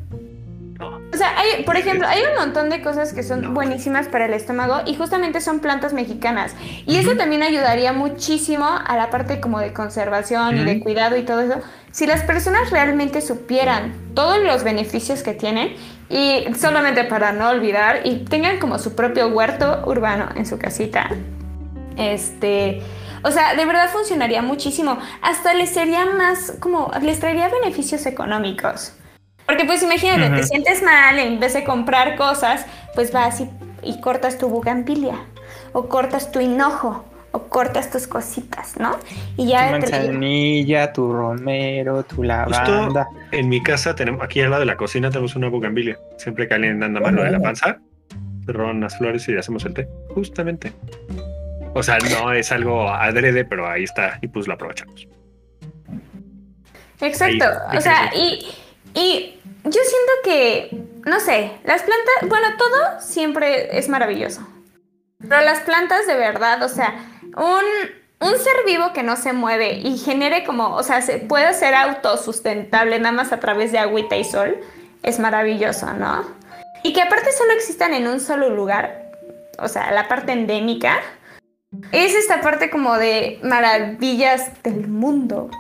S2: No.
S4: O sea, hay, por ejemplo, hay un montón de cosas que son
S2: No.
S4: buenísimas para el estómago y justamente son plantas mexicanas. Y eso también ayudaría muchísimo a la parte como de conservación y de
S2: Ujú.
S4: cuidado y todo eso. Si las personas realmente supieran todos los beneficios que tienen y solamente para no olvidar y tengan como su propio huerto urbano en su casita, este, o sea, de verdad funcionaría muchísimo. Hasta les sería más como, les traería beneficios económicos. Porque pues imagínate, te
S2: Ujú.
S4: sientes mal, en vez de comprar cosas, pues vas y, y cortas tu bugambilia, o cortas tu hinojo, o cortas tus cositas, ¿no? Y
S1: Tu
S4: ya te...
S1: manzanilla, tu romero, tu lavanda.
S2: En mi casa tenemos, aquí al lado de la cocina tenemos una bugambilia. Siempre que alguien anda malo de la panza, se roban las flores y hacemos el té. Justamente. O sea, no es algo adrede, pero ahí está. Y pues lo aprovechamos.
S4: Exacto,
S2: Ahí,
S4: o sea, y, y yo siento que, no sé, las plantas, bueno, todo siempre es maravilloso, pero las plantas de verdad, o sea, un, un ser vivo que no se mueve y genere como, o sea, se puede ser autosustentable nada más a través de agüita y sol, es maravilloso, ¿no? Y que aparte solo existan en un solo lugar, o sea, la parte endémica, es esta parte como de maravillas del mundo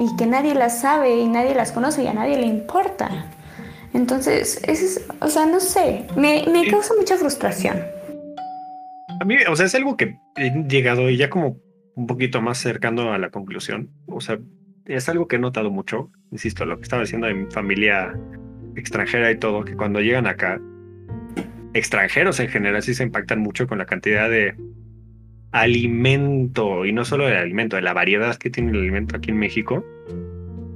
S4: y que nadie las sabe y nadie las conoce y a nadie le importa. Entonces, eso es, o sea, no sé, me, me
S2: Sí.
S4: causa mucha frustración.
S2: A mí, o sea, es algo que he llegado y ya como un poquito más cercano a la conclusión. O sea, es algo que he notado mucho. Insisto, lo que estaba diciendo de mi familia extranjera y todo, que cuando llegan acá, extranjeros en general sí se impactan mucho con la cantidad de alimento, y no solo de alimento, de la variedad que tiene el alimento aquí en México.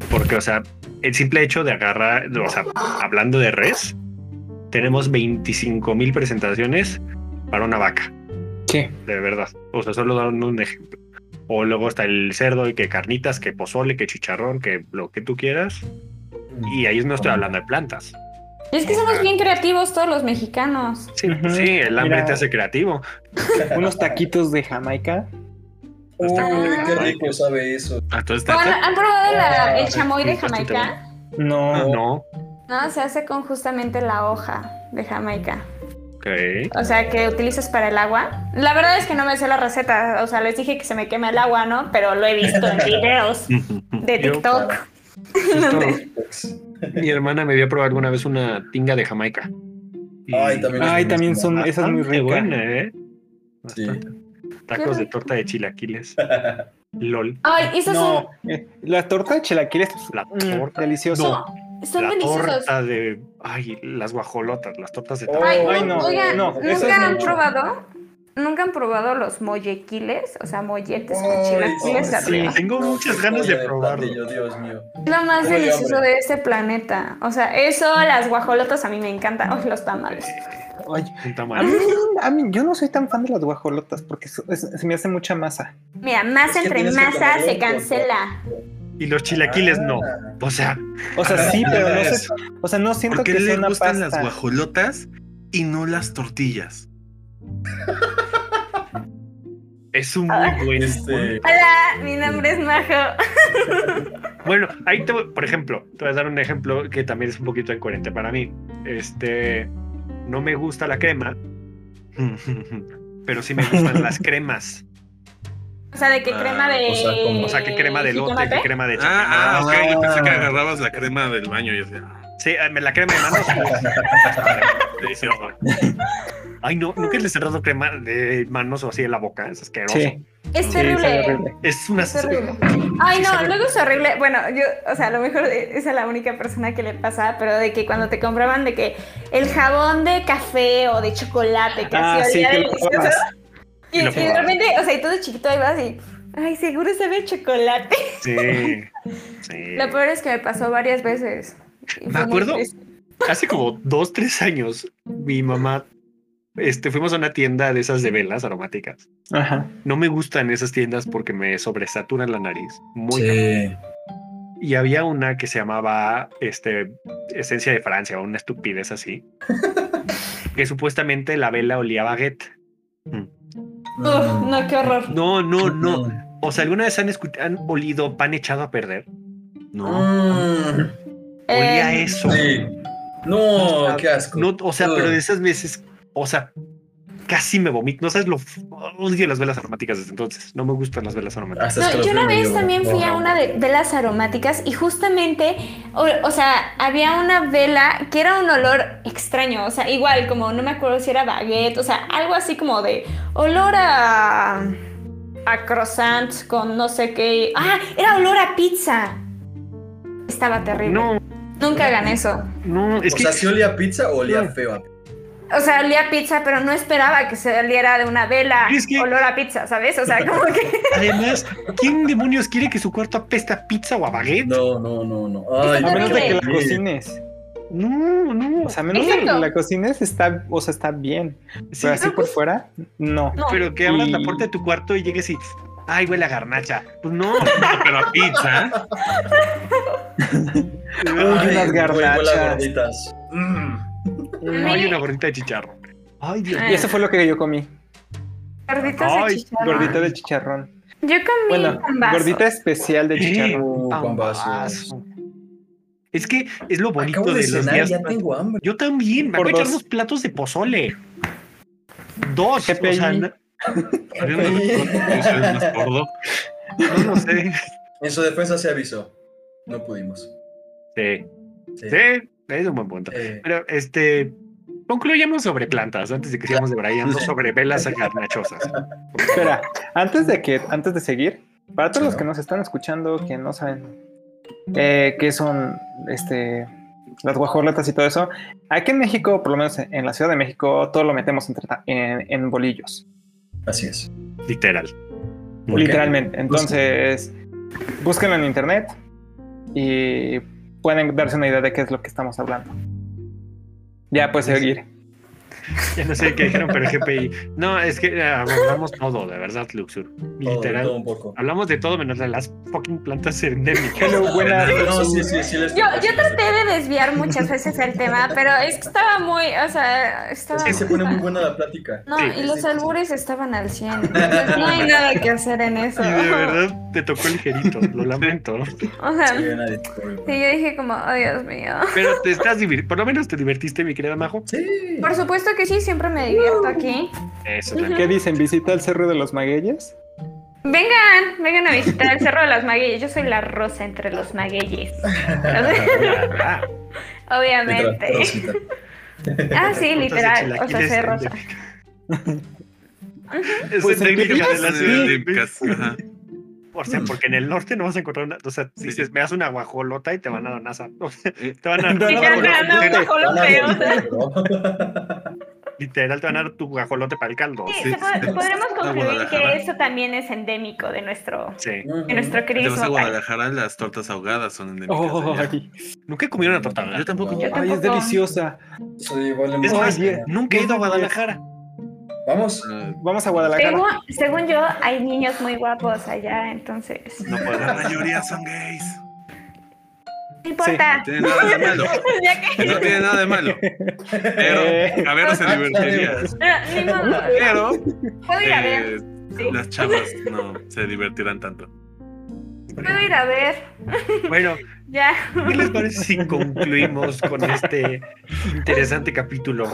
S2: Porque, o sea, el simple hecho de agarrar, o sea, hablando de res, tenemos 25 mil presentaciones para una vaca
S1: Sí.
S2: de verdad. O sea, solo dando un ejemplo. O luego está el cerdo y que carnitas, que pozole, que chicharrón, que lo que tú quieras. Y ahí no estoy hablando de plantas.
S4: Y es que somos bien creativos todos los mexicanos.
S2: Sí,
S1: Ujú.
S2: sí el hambre
S1: Mira.
S2: te hace creativo.
S1: Unos taquitos de Jamaica.
S3: Uy,
S4: Ah.
S3: qué rico sabe eso.
S5: Ah, tú estás-
S4: ¿No ¿Han, han probado la- el chamoy de
S2: sí, bastante
S4: Jamaica?
S5: Ah,
S1: No.
S2: No.
S4: No, se hace con justamente la hoja de Jamaica.
S2: Ok.
S4: O sea, que utilizas para el agua. La verdad es que no me sé la receta. O sea, les dije que se me quema el agua, ¿no? Pero lo he visto en videos de
S2: Yo,
S4: TikTok.
S3: para-
S2: Justo,
S4: donde-
S3: Pues,
S2: Mi hermana me dio a probar alguna vez una tinga de Jamaica. Y-
S3: Ay, también.
S1: Ay,
S3: es
S1: también
S3: buenísima.
S1: son esas muy
S2: Bastante
S1: ricas.
S2: buena, ¿eh?
S3: Sí.
S2: Bastante. Tacos de torta de chilaquiles. LOL.
S4: Ay, esos
S1: No, eh, la torta de chilaquiles,
S2: La
S1: mm,
S2: torta.
S1: delicioso.
S2: No,
S4: son, son
S2: la
S4: deliciosos.
S2: torta de. Ay, las guajolotas, las tortas de
S3: Oh,
S2: tamal.
S4: Ay,
S1: Ay,
S4: no,
S1: no,
S4: oigan,
S1: no, eso
S4: ¿nunca
S1: es
S4: han
S1: mucho.
S4: probado? ¿Nunca han probado los mollequiles? O sea, molletes con
S3: Ay,
S4: chilaquiles
S3: sí.
S4: arriba.
S2: Tengo
S3: No,
S2: muchas
S3: qué
S2: ganas de
S3: joya
S2: probarlo.
S3: platillo, Dios mío.
S4: Lo más
S3: Tengo ya
S4: delicioso
S3: hambre.
S4: de este planeta. O sea, eso, las guajolotas a mí me encantan. Ay, los tamales.
S2: Eh,
S1: Ay,
S2: Un
S1: a mí,
S2: tamal.
S1: a mí- yo no soy tan fan de las guajolotas porque es- es- se me hace mucha masa.
S4: Mira, masa
S3: Es que
S4: entre
S3: tienes que
S4: masa
S3: comerlo
S4: se
S3: con-
S4: cancela.
S2: Y los chilaquiles no.
S3: Ah.
S2: O sea,
S1: O sea, sí, pero no sé.
S5: Eso.
S1: O sea, no siento
S5: Ah, ¿Por qué
S1: que sea
S5: le
S1: una
S5: gustan las
S1: pasta.
S5: guajolotas y no las tortillas?
S2: es un
S4: Ah.
S2: muy buen.
S3: Este,
S4: Hola, mi nombre es Majo.
S2: Bueno, ahí te voy- por ejemplo, te voy a dar un ejemplo que también es un poquito incoherente para mí. Este, no me gusta la crema, pero sí me gustan las cremas.
S4: O sea, de que
S5: Ah,
S4: crema de.
S3: o sea, como-
S2: O sea, que
S4: Eh,
S2: crema de lote, que
S4: jitomate?
S2: crema de
S5: ah, ah,
S2: champiñón.
S5: ok. Yo pensé que agarrabas la crema del baño y decía,
S2: Sí, eh, me la crema de manos. Delicioso. Ay, no, nunca les he dado crema de manos o así en la boca, es asqueroso.
S1: Sí,
S4: Es
S1: sí, sabe
S4: terrible.
S1: horrible.
S2: Es una
S4: Es horrible. Ay,
S2: Sí,
S4: no,
S2: sabe-
S4: luego es horrible. Bueno, yo, o sea, a lo mejor e, es a la única persona que le pasa, pero de que cuando te compraban de que el jabón de café o de chocolate, que
S1: Ah,
S4: así
S1: sí,
S4: olía
S1: que lo
S4: delicioso,
S1: probas.
S4: y,
S2: Y lo
S4: y
S2: probabas.
S4: realmente, o sea, y todo chiquito ahí vas y. Ay, seguro sabe a chocolate.
S2: Sí. sí.
S4: Lo peor es que me pasó varias veces. Y
S2: Me
S4: fue muy
S2: acuerdo.
S4: triste.
S2: Hace como dos, tres años, mi mamá, este, fuimos a una tienda de esas de velas aromáticas.
S1: Ajá.
S2: No me gustan esas tiendas porque me sobresaturan la nariz. Muy cabrón.
S3: sí.
S2: Y había una que se llamaba este, Esencia de Francia, o una estupidez así, que supuestamente la vela olía a baguette.
S4: Uf, no, qué horror.
S2: No, no, no. O sea, ¿alguna vez han, escu- han olido pan echado a perder? No.
S3: Mm,
S2: Olía a
S4: Eh,
S2: eso.
S3: sí. No, qué asco.
S2: No, o sea,
S3: Ugh.
S2: pero de esas veces, o sea, casi me vomito. No sabes lo f- odio las velas aromáticas desde entonces. No me gustan las velas aromáticas.
S3: Hasta
S4: No, yo
S3: escalofrío
S4: una
S3: me
S4: vez
S3: dio,
S4: también fui a
S3: wow.
S4: una de velas aromáticas y justamente, o, o sea, había una vela que era un olor extraño, o sea, igual como no me acuerdo si era baguette, o sea, algo así como de olor a a croissant con no sé qué. Ah, era olor a pizza. Estaba terrible.
S2: No,
S4: Nunca hagan eso.
S2: no, es
S3: o
S2: que
S3: sea, si olía a pizza o olía
S2: No.
S3: feo a
S4: O sea, olía a pizza, pero no esperaba que se oliera de una vela
S2: Es que-
S4: olor a pizza, ¿sabes? O sea, como que
S2: además, ¿quién demonios quiere que su cuarto apeste a pizza o a baguette? No,
S3: No, no, no, no. Ay,
S1: A menos de que la
S3: sí.
S1: cocines.
S2: no.
S1: O sea, a menos de que
S4: Exacto.
S1: la cocines está, o sea, está bien.
S2: Sí,
S1: Pero así
S2: pero,
S1: por fuera, no.
S4: no.
S2: que abras la
S1: Y-
S2: puerta de tu cuarto y llegues y, ay, huele a garnacha. Pues no.
S5: pero a pizza.
S3: Ay,
S1: Uy, unas
S3: güey, huele a
S1: garnachas.
S3: gorditas. Mm.
S2: No hay una gordita de chicharro. Ay, Dios
S1: Y eso fue lo que yo comí.
S4: gorditas Ah, de
S2: Ay,
S4: chicharrón.
S1: Gordita de chicharrón.
S4: Yo comí
S1: Bueno,
S4: con vaso.
S1: gordita especial de chicharrón.
S3: Uh,
S2: Pan
S3: con vasos.
S2: vaso. Es que es lo bonito
S3: Acabo de,
S2: de, los
S3: cenar,
S2: días.
S3: ya tengo hambre.
S2: Yo también, me
S1: Por
S2: voy a echar
S1: dos.
S2: unos platos de pozole. Dos, o
S1: GPI.
S2: sea, no,
S5: ¿Es más gordo?
S2: no lo sé.
S3: En su defensa se avisó. No pudimos.
S2: Sí,
S3: Sí.
S2: sí, es un buen punto.
S3: Eh,
S2: Pero este, concluyamos sobre plantas antes de que sigamos debrayando sobre velas garnachosas.
S1: Espera, antes de que, antes de seguir, para todos los que nos están escuchando, que no saben eh, qué son este las guajorletas y todo eso, aquí en México, por lo menos en en la Ciudad de México, todo lo metemos entre ta- en, en bolillos,
S3: así es.
S2: Literal.
S3: Ok.
S1: literalmente. Entonces, búsquenlo en internet y pueden darse una idea de qué es lo que estamos hablando. Ya puedes seguir.
S2: Ya no sé qué dijeron, pero GPI. No, es que eh, hablamos todo, de verdad, Luxur.
S3: Todo,
S2: Literal.
S3: todo un poco.
S2: Hablamos de todo menos de las fucking plantas endémicas.
S1: Hello, buenas.
S3: No, sí, sí, sí. les
S4: Yo,
S3: toca,
S4: yo
S3: sí, les
S4: traté de desviar muchas veces el tema, pero es que estaba muy, o sea, estaba...
S3: Es que se pone muy buena la plática.
S4: No,
S2: Sí,
S4: y los
S3: sí, sí.
S4: albures estaban al 100. entonces No hay nada que hacer en eso.
S2: Y de verdad te tocó ligerito, lo lamento.
S4: O sea,
S3: Sí,
S4: sí,
S3: nadie te corre.
S4: yo dije como, oh Dios mío.
S2: Pero te estás divirtiendo, por lo menos te divertiste, mi querida Majo.
S3: Sí.
S4: Por supuesto que sí, siempre me divierto aquí.
S2: Eso también.
S1: ¿Qué dicen? ¿Visita el Cerro de los Magueyes?
S4: Vengan, vengan a visitar el Cerro de los Magueyes. Yo soy la rosa entre los magueyes.
S3: Literal,
S4: Obviamente.
S3: Rosita.
S4: Ah,
S2: Tortas
S4: sí,
S2: de
S4: literal. O sea,
S2: chilaquiles
S4: soy
S2: en
S4: rosa.
S2: Es
S1: Pues,
S2: de técnica de
S5: Las
S2: las
S5: olímpicas. ajá.
S2: O sea, porque en el norte no vas a encontrar una. O sea,
S5: Sí.
S2: dices, me das una guajolota y te van a donar. sa- o sea,
S5: Eh,
S2: te van a
S1: No,
S4: Sí,
S1: no,
S4: ya,
S1: no,
S4: ya,
S1: no,
S4: no,
S1: no,
S4: me bajó lo
S3: Van a
S4: feo.
S3: morir,
S2: Literal, te van a dar tu guajolote para el caldo.
S4: Sí,
S5: Sí,
S4: se puede-
S5: sí.
S4: podremos
S5: A
S4: concluir
S5: Guadalajara.
S4: que eso también es endémico de nuestro,
S2: Sí.
S3: ¿no?
S4: de nuestro
S5: Te vas a
S4: queridísimo país.
S5: Guadalajara, las tortas ahogadas son endémicas.
S1: Oh,
S5: allá.
S1: ay,
S2: Nunca he comido una torta. ahogada.
S5: Yo tampoco.
S1: ay,
S4: Yo
S1: es
S4: tampoco.
S1: deliciosa.
S3: Sí, vale
S2: Es
S3: mucho
S2: más,
S3: la pena.
S2: nunca he ido a Guadalajara.
S3: Vamos.
S5: Ah,
S1: Vamos a Guadalajara.
S4: Según, según yo, hay niños muy guapos allá, entonces.
S5: No, pues, la mayoría son gays.
S4: No importa.
S5: No tiene nada de malo.
S4: Ya que-
S5: No tiene nada de malo. Pero Cabero se divertiría.
S4: no, ni modo.
S5: Pero
S4: Puedo ir a ver.
S5: eh,
S4: sí.
S5: las chavas no se divertirán tanto.
S4: Puedo ir a ver.
S2: Bueno,
S4: Ya.
S2: ¿qué les parece si concluimos con este interesante capítulo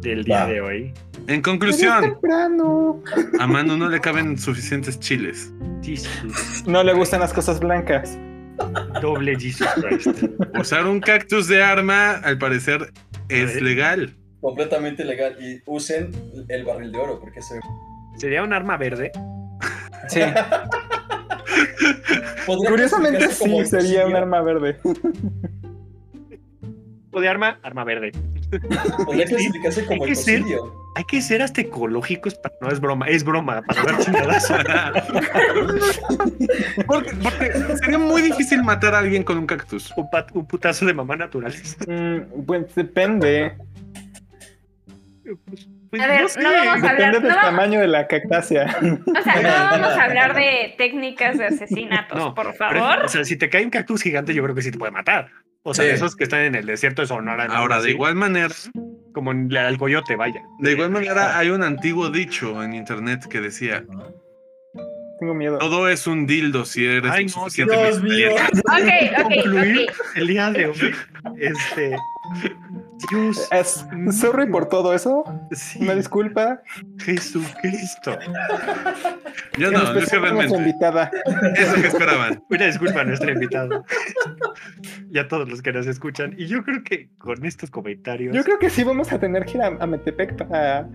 S2: del día
S3: Va.
S2: de hoy?
S5: En
S1: Pero es
S5: conclusión,
S1: temprano.
S5: a Manu no le caben suficientes chiles.
S2: Jesus,
S1: No le gustan las cosas blancas.
S2: doble Jesus Christ.
S5: Usar un cactus de arma, al parecer,
S2: A
S5: es
S2: ver.
S5: legal.
S3: Completamente legal. Y usen el barril de oro porque se
S2: ¿Sería un arma verde?
S1: Sí.
S3: podría
S1: Curiosamente
S3: clasificarse como
S1: sí, sería un
S3: homicidio.
S1: arma verde.
S2: ¿O de arma? Arma verde.
S3: Podría clasificarse como
S2: Hay que ser-
S3: homicidio.
S2: Hay que ser hasta ecológicos para... No, es broma, es broma, para dar chingadas.
S5: Porque, porque sería muy difícil matar a alguien con un cactus.
S2: Un, pat- un putazo de mamá naturales.
S1: Mm, pues depende.
S2: Pues, pues,
S4: A ver,
S2: sé.
S4: no vamos a
S1: Depende
S4: hablar.
S1: del
S4: No, va-
S1: tamaño de la cactácea.
S4: o sea, no vamos a hablar de técnicas de asesinatos,
S2: No,
S4: por
S2: Pero,
S4: favor.
S2: o sea, si te cae un cactus gigante, yo creo que sí te puede matar. O sea,
S3: Sí.
S2: esos que están en el desierto de Sonora. ¿no?
S5: Ahora,
S2: Así,
S5: de igual manera,
S2: Como en la del coyote, vaya.
S5: de igual manera hay un antiguo dicho en internet que decía,
S1: Tengo miedo.
S5: todo es un dildo si eres
S2: Ay,
S5: lo
S2: no,
S5: suficientemente
S3: Dios mío.
S5: valiente".
S4: Ok,
S2: Ah, concluir
S4: ok,
S2: el día de hoy. Este. Dios.
S1: Es, sorry por todo eso.
S2: sí,
S1: Una disculpa.
S2: Jesucristo.
S5: Yo
S1: En
S5: no, yo
S1: especial
S5: sí
S1: a nuestra
S5: realmente.
S1: invitada.
S5: Eso que esperaban.
S2: Una disculpa a nuestro invitado. y a todos los que nos escuchan. Y yo creo que con estos comentarios.
S1: Yo creo que sí vamos a tener que ir a, a Metepec para.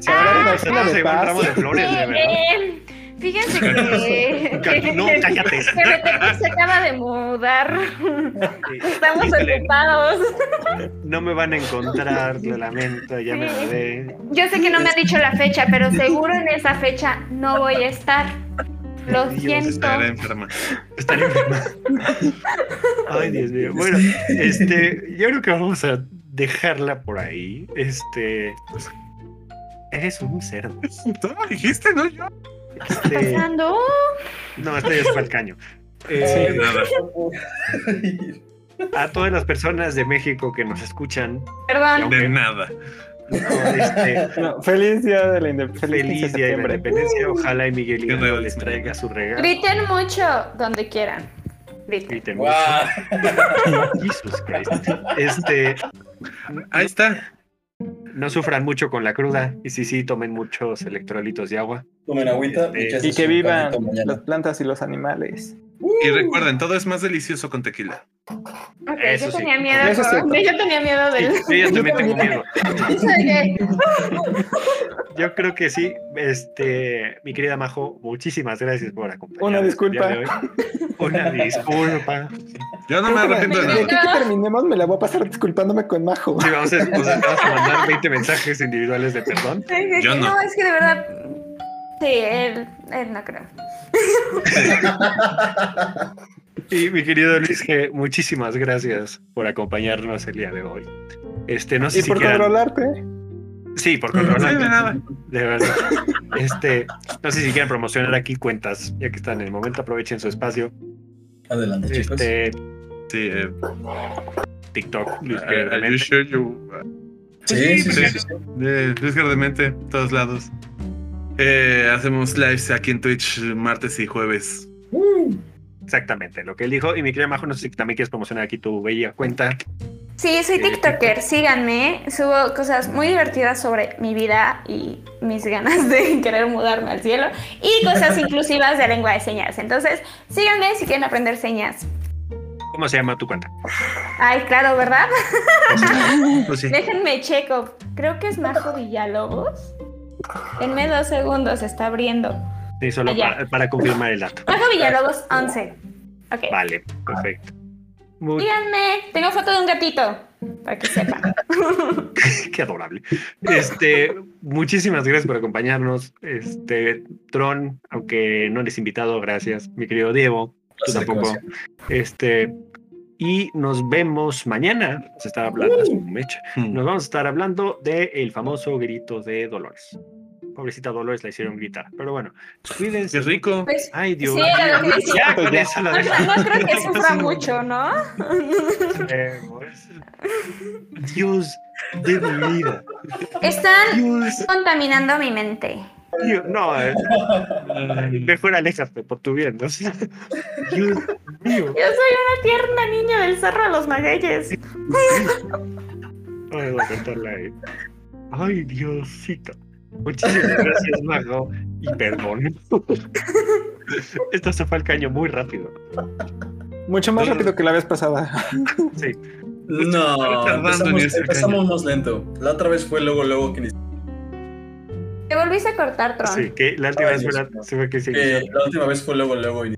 S2: se habrá
S1: Ah,
S2: de
S1: ah,
S2: se va un ramo de
S4: ok.
S2: flores, de verdad.
S4: Eh, Fíjense que.
S2: Ca- No, cállate.
S4: que Metepec se acaba de mudar. Estamos
S2: Híjole.
S4: ocupados.
S2: No me van a encontrar, lo lamento, ya me
S4: Sí.
S2: mudé.
S4: Yo sé que no me han dicho la fecha, pero seguro en esa fecha no voy a estar. Lo
S2: Dios,
S4: siento.
S5: Estaré enferma.
S2: Estaré enferma. Ay, Dios mío. Bueno, este, yo creo que vamos a dejarla por ahí. Este. Eres un cerdo.
S5: Tú lo dijiste, ¿no? Yo.
S2: Este,
S4: Pasando. Uh,
S2: no, este es el caño.
S3: Ay,
S2: Eh,
S5: nada.
S2: a todas las personas de México que nos escuchan,
S4: Perdón.
S5: De nada.
S2: no, este,
S1: No, feliz día de la independencia.
S2: feliz día de la independencia. Ojalá y Miguel
S5: Qué
S2: Hidalgo les
S5: realismo.
S2: traiga su regalo.
S4: Griten mucho donde quieran. Griten.
S2: Griten mucho.
S3: Guau.
S2: Jesus Christ. Este,
S5: Ahí está.
S2: no sufran mucho con la cruda y sí, sí, tomen muchos electrolitos de agua.
S3: Tomen agüita
S2: Este,
S3: y que,
S1: Y que vivan las
S3: Mañana.
S1: plantas y los animales.
S5: Y recuerden, todo es más delicioso con tequila.
S4: Ok,
S2: Eso
S4: yo
S2: sí.
S4: tenía miedo.
S1: Eso es cierto.
S4: Sí, yo tenía miedo del.
S2: Pues, Sí, yo también tengo
S1: también.
S2: miedo.
S4: Eso de que-
S2: Yo creo que sí. Este, mi querida Majo, muchísimas gracias por acompañarnos.
S1: Una disculpa.
S2: el día de hoy. Una disculpa.
S5: Yo no me arrepiento de
S1: De aquí
S5: nada.
S1: que terminemos, me la voy a pasar disculpándome con Majo.
S2: Sí, vamos a, vamos a- vamos a mandar 20 mensajes individuales de perdón.
S4: de que
S5: Yo no.
S4: No, es que de verdad. Sí, él, él no creo.
S2: Y mi querido Luis, que muchísimas gracias por acompañarnos el día de hoy. Este, no sé
S1: Y
S2: si
S1: por
S2: quieran-
S1: controlarte.
S2: Sí, por
S5: Sí, de
S2: controlar.
S5: nada.
S2: De verdad. Este, no sé si quieren promocionar aquí cuentas, ya que están en el momento, aprovechen su espacio.
S3: Adelante, chicos.
S2: Este,
S5: Sí, eh,
S2: TikTok, Luis Miguel
S5: are you
S2: Demente.
S5: sure you-
S3: Sí,
S2: pues
S3: sí, sí,
S5: sí.
S3: sí, sí.
S5: Eh, Luis Gardemente, todos lados. Eh, hacemos lives aquí en Twitch martes y jueves.
S3: Uh,
S2: Exactamente, lo que él dijo. Y mi querida Majo, no sé si también quieres promocionar aquí tu bella cuenta.
S4: Sí, soy
S5: Eh,
S4: TikToker, síganme. Subo cosas muy divertidas sobre mi vida y mis ganas de querer mudarme al cielo y cosas inclusivas de lengua de señas. Entonces, síganme si quieren aprender señas.
S2: ¿Cómo se llama tu cuenta?
S4: Ay, claro, ¿verdad?
S2: Pues sí, pues sí.
S4: Déjenme checo. Creo que es Majo Villalobos. Denme dos segundos, se está abriendo.
S2: Sí, solo
S4: Allá.
S2: para, para confirmar el dato.
S4: Majo Villalobos 11. Ok.
S2: Vale, perfecto. Muy,
S4: Díganme, tengo foto de un gatito, para que sepan.
S2: qué adorable. Este, muchísimas gracias por acompañarnos. Este, Tron, aunque no eres invitado, gracias, mi querido Diego. Tú
S3: Placer
S2: tampoco.
S3: conocer.
S2: Este, y nos vemos mañana. Se estaba hablando hace un mecha.
S5: Mm.
S2: Nos vamos a estar hablando del famoso grito de Dolores. Pobrecita Dolores la hicieron gritar. Pero bueno, cuídense.
S5: Qué rico.
S4: Pues,
S2: Ay, Dios.
S4: Sí, era lo que decía.
S2: ya, con eso la
S4: no,
S2: dejo.
S4: no creo que sufra mucho, ¿no?
S2: Vemos. Dios de mi vida.
S4: Están
S2: Dios,
S4: contaminando mi mente.
S2: Dios. No, eh, mejor aléjate por tu bien. ¿no? Dios mío.
S4: Yo soy una tierna niña del Cerro de los Magueyes.
S2: Ay, voy a cantarla ahí. Ay, Diosito. Muchísimas gracias, Mago. Y perdón. Esto se fue al caño muy rápido.
S1: Mucho más rápido que la vez pasada.
S5: Estaba
S3: No,
S5: tardando en
S3: empezamos,
S5: irse al
S3: empezamos
S5: caño.
S3: más lento. La otra vez fue luego, luego que ni
S4: Te volviste a cortar, Tron.
S2: Sí, que la última
S3: Ay, Eh,
S2: vez fue la-
S3: Dios mío.
S2: se fue que se
S3: que
S2: inició.
S3: la última vez fue luego, luego y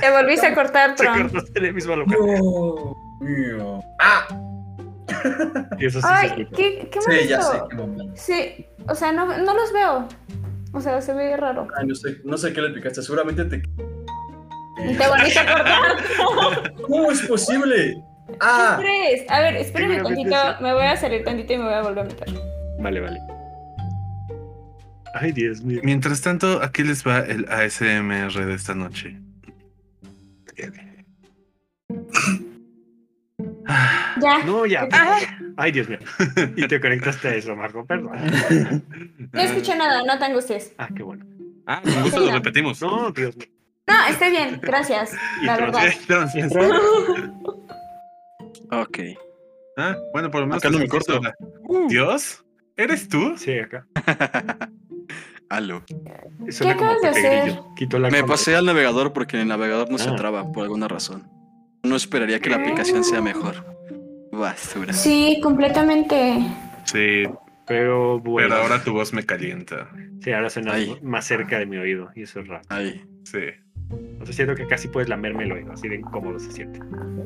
S4: Te volviste a cortar,
S2: Se
S4: Tron.
S2: cortó en el mismo lugar.
S3: No, mío. Ah,
S2: Y eso sí se
S4: Ay,
S2: escuchó.
S4: qué, qué
S3: Sí, ya sé
S4: molesto.
S3: qué momento.
S4: Sí, o sea, no, no los veo. O sea, se ve raro.
S3: Ay, Ah, no sé, no sé qué le picaste, seguramente te.
S4: Te volviste a cortar.
S3: ¿Cómo es posible?
S4: ¿Qué
S3: Ah,
S4: crees? A ver, espérame
S2: Seguramente
S4: tantito.
S2: sí.
S4: Me voy a salir tantito y me voy a volver a meter.
S2: Vale, vale. Ay, Dios mío.
S5: Mientras tanto, aquí les va el ASMR de esta noche. Ah,
S4: Ya.
S2: No, ya.
S4: Ah.
S2: Ay, Dios mío. Y te conectaste a eso, Marco, perdón.
S4: No escuché nada, no te angusties.
S2: Ah, qué bueno.
S5: Ah, con gusto lo repetimos.
S2: No, Dios mío.
S4: No, estoy bien, gracias.
S2: Y
S4: La
S2: Tron,
S4: verdad.
S5: Entonces,
S6: Ok.
S5: ah, bueno, por lo menos
S6: Acá no me
S5: estás
S6: corto.
S5: sola.
S4: Uh.
S5: ¿Dios? ¿Eres tú?
S2: Sí, acá.
S6: Aló.
S2: Suena como
S4: acabas de
S2: Pepe Grillo. Quito la
S6: Me
S2: cámara.
S6: pasé al navegador porque en el navegador no se
S2: Ah.
S6: traba por alguna razón. No esperaría que la aplicación sea mejor. Basura.
S4: Sí, completamente.
S5: Sí,
S2: Pero bueno.
S5: pero ahora tu voz me calienta.
S2: Sí, ahora suena
S6: Ay.
S2: más cerca de mi oído y eso es raro.
S6: Ay.
S5: Sí.
S2: O sea, siento que casi puedes lamerme el oído, así de incómodo se siente.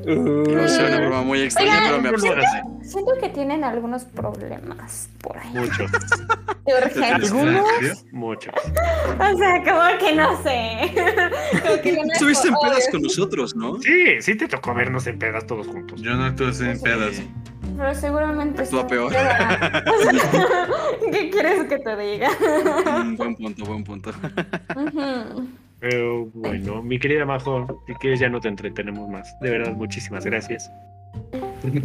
S6: Iba a ser una
S1: Uh,
S6: broma muy extraña,
S4: Oigan,
S6: pero me
S2: ¿sí?
S6: abstendré.
S4: Siento que tienen algunos problemas por ahí.
S2: Muchos,
S4: De
S5: ¿Eres
S4: urgencia.
S5: serio?
S2: muchos.
S4: O sea, como que no sé. Como que yo no-
S6: Estuviste en
S4: oh,
S6: pedas con nosotros, ¿no?
S2: Sí, sí te tocó vernos en pedas todos juntos.
S5: Yo no actúo sin pedas.
S4: Pero seguramente
S6: Actúa
S4: está
S6: peor.
S4: peda. O sea, ¿Qué quieres que te diga?
S6: Mm, Buen punto, buen punto.
S4: Ujú.
S2: Pero bueno, mi querida Majo, si quieres ya no te entretenemos más. De verdad, muchísimas gracias.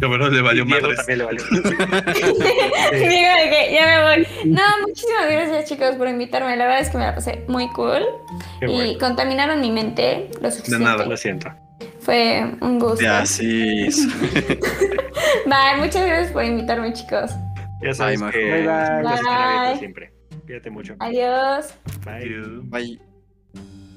S5: Cabrón, le valió
S2: Y Diego
S5: madres.
S2: también le valió. Sí,
S4: Digo de que ya me voy. No, muchísimas gracias chicos por invitarme. La verdad es que me la pasé muy cool
S2: qué
S4: y
S2: bueno.
S4: contaminaron mi mente lo suficiente.
S5: nada.
S2: Lo siento.
S4: Fue un gusto.
S6: Ya, sí. es-
S4: Bye, muchas gracias por invitarme chicos.
S2: Ya sabes
S6: Majo.
S2: que
S1: Bye, bye.
S2: las puertas están abiertas
S4: Bye.
S2: siempre. Cuídate mucho.
S4: Adiós.
S2: Bye.
S5: Dios.
S6: Bye.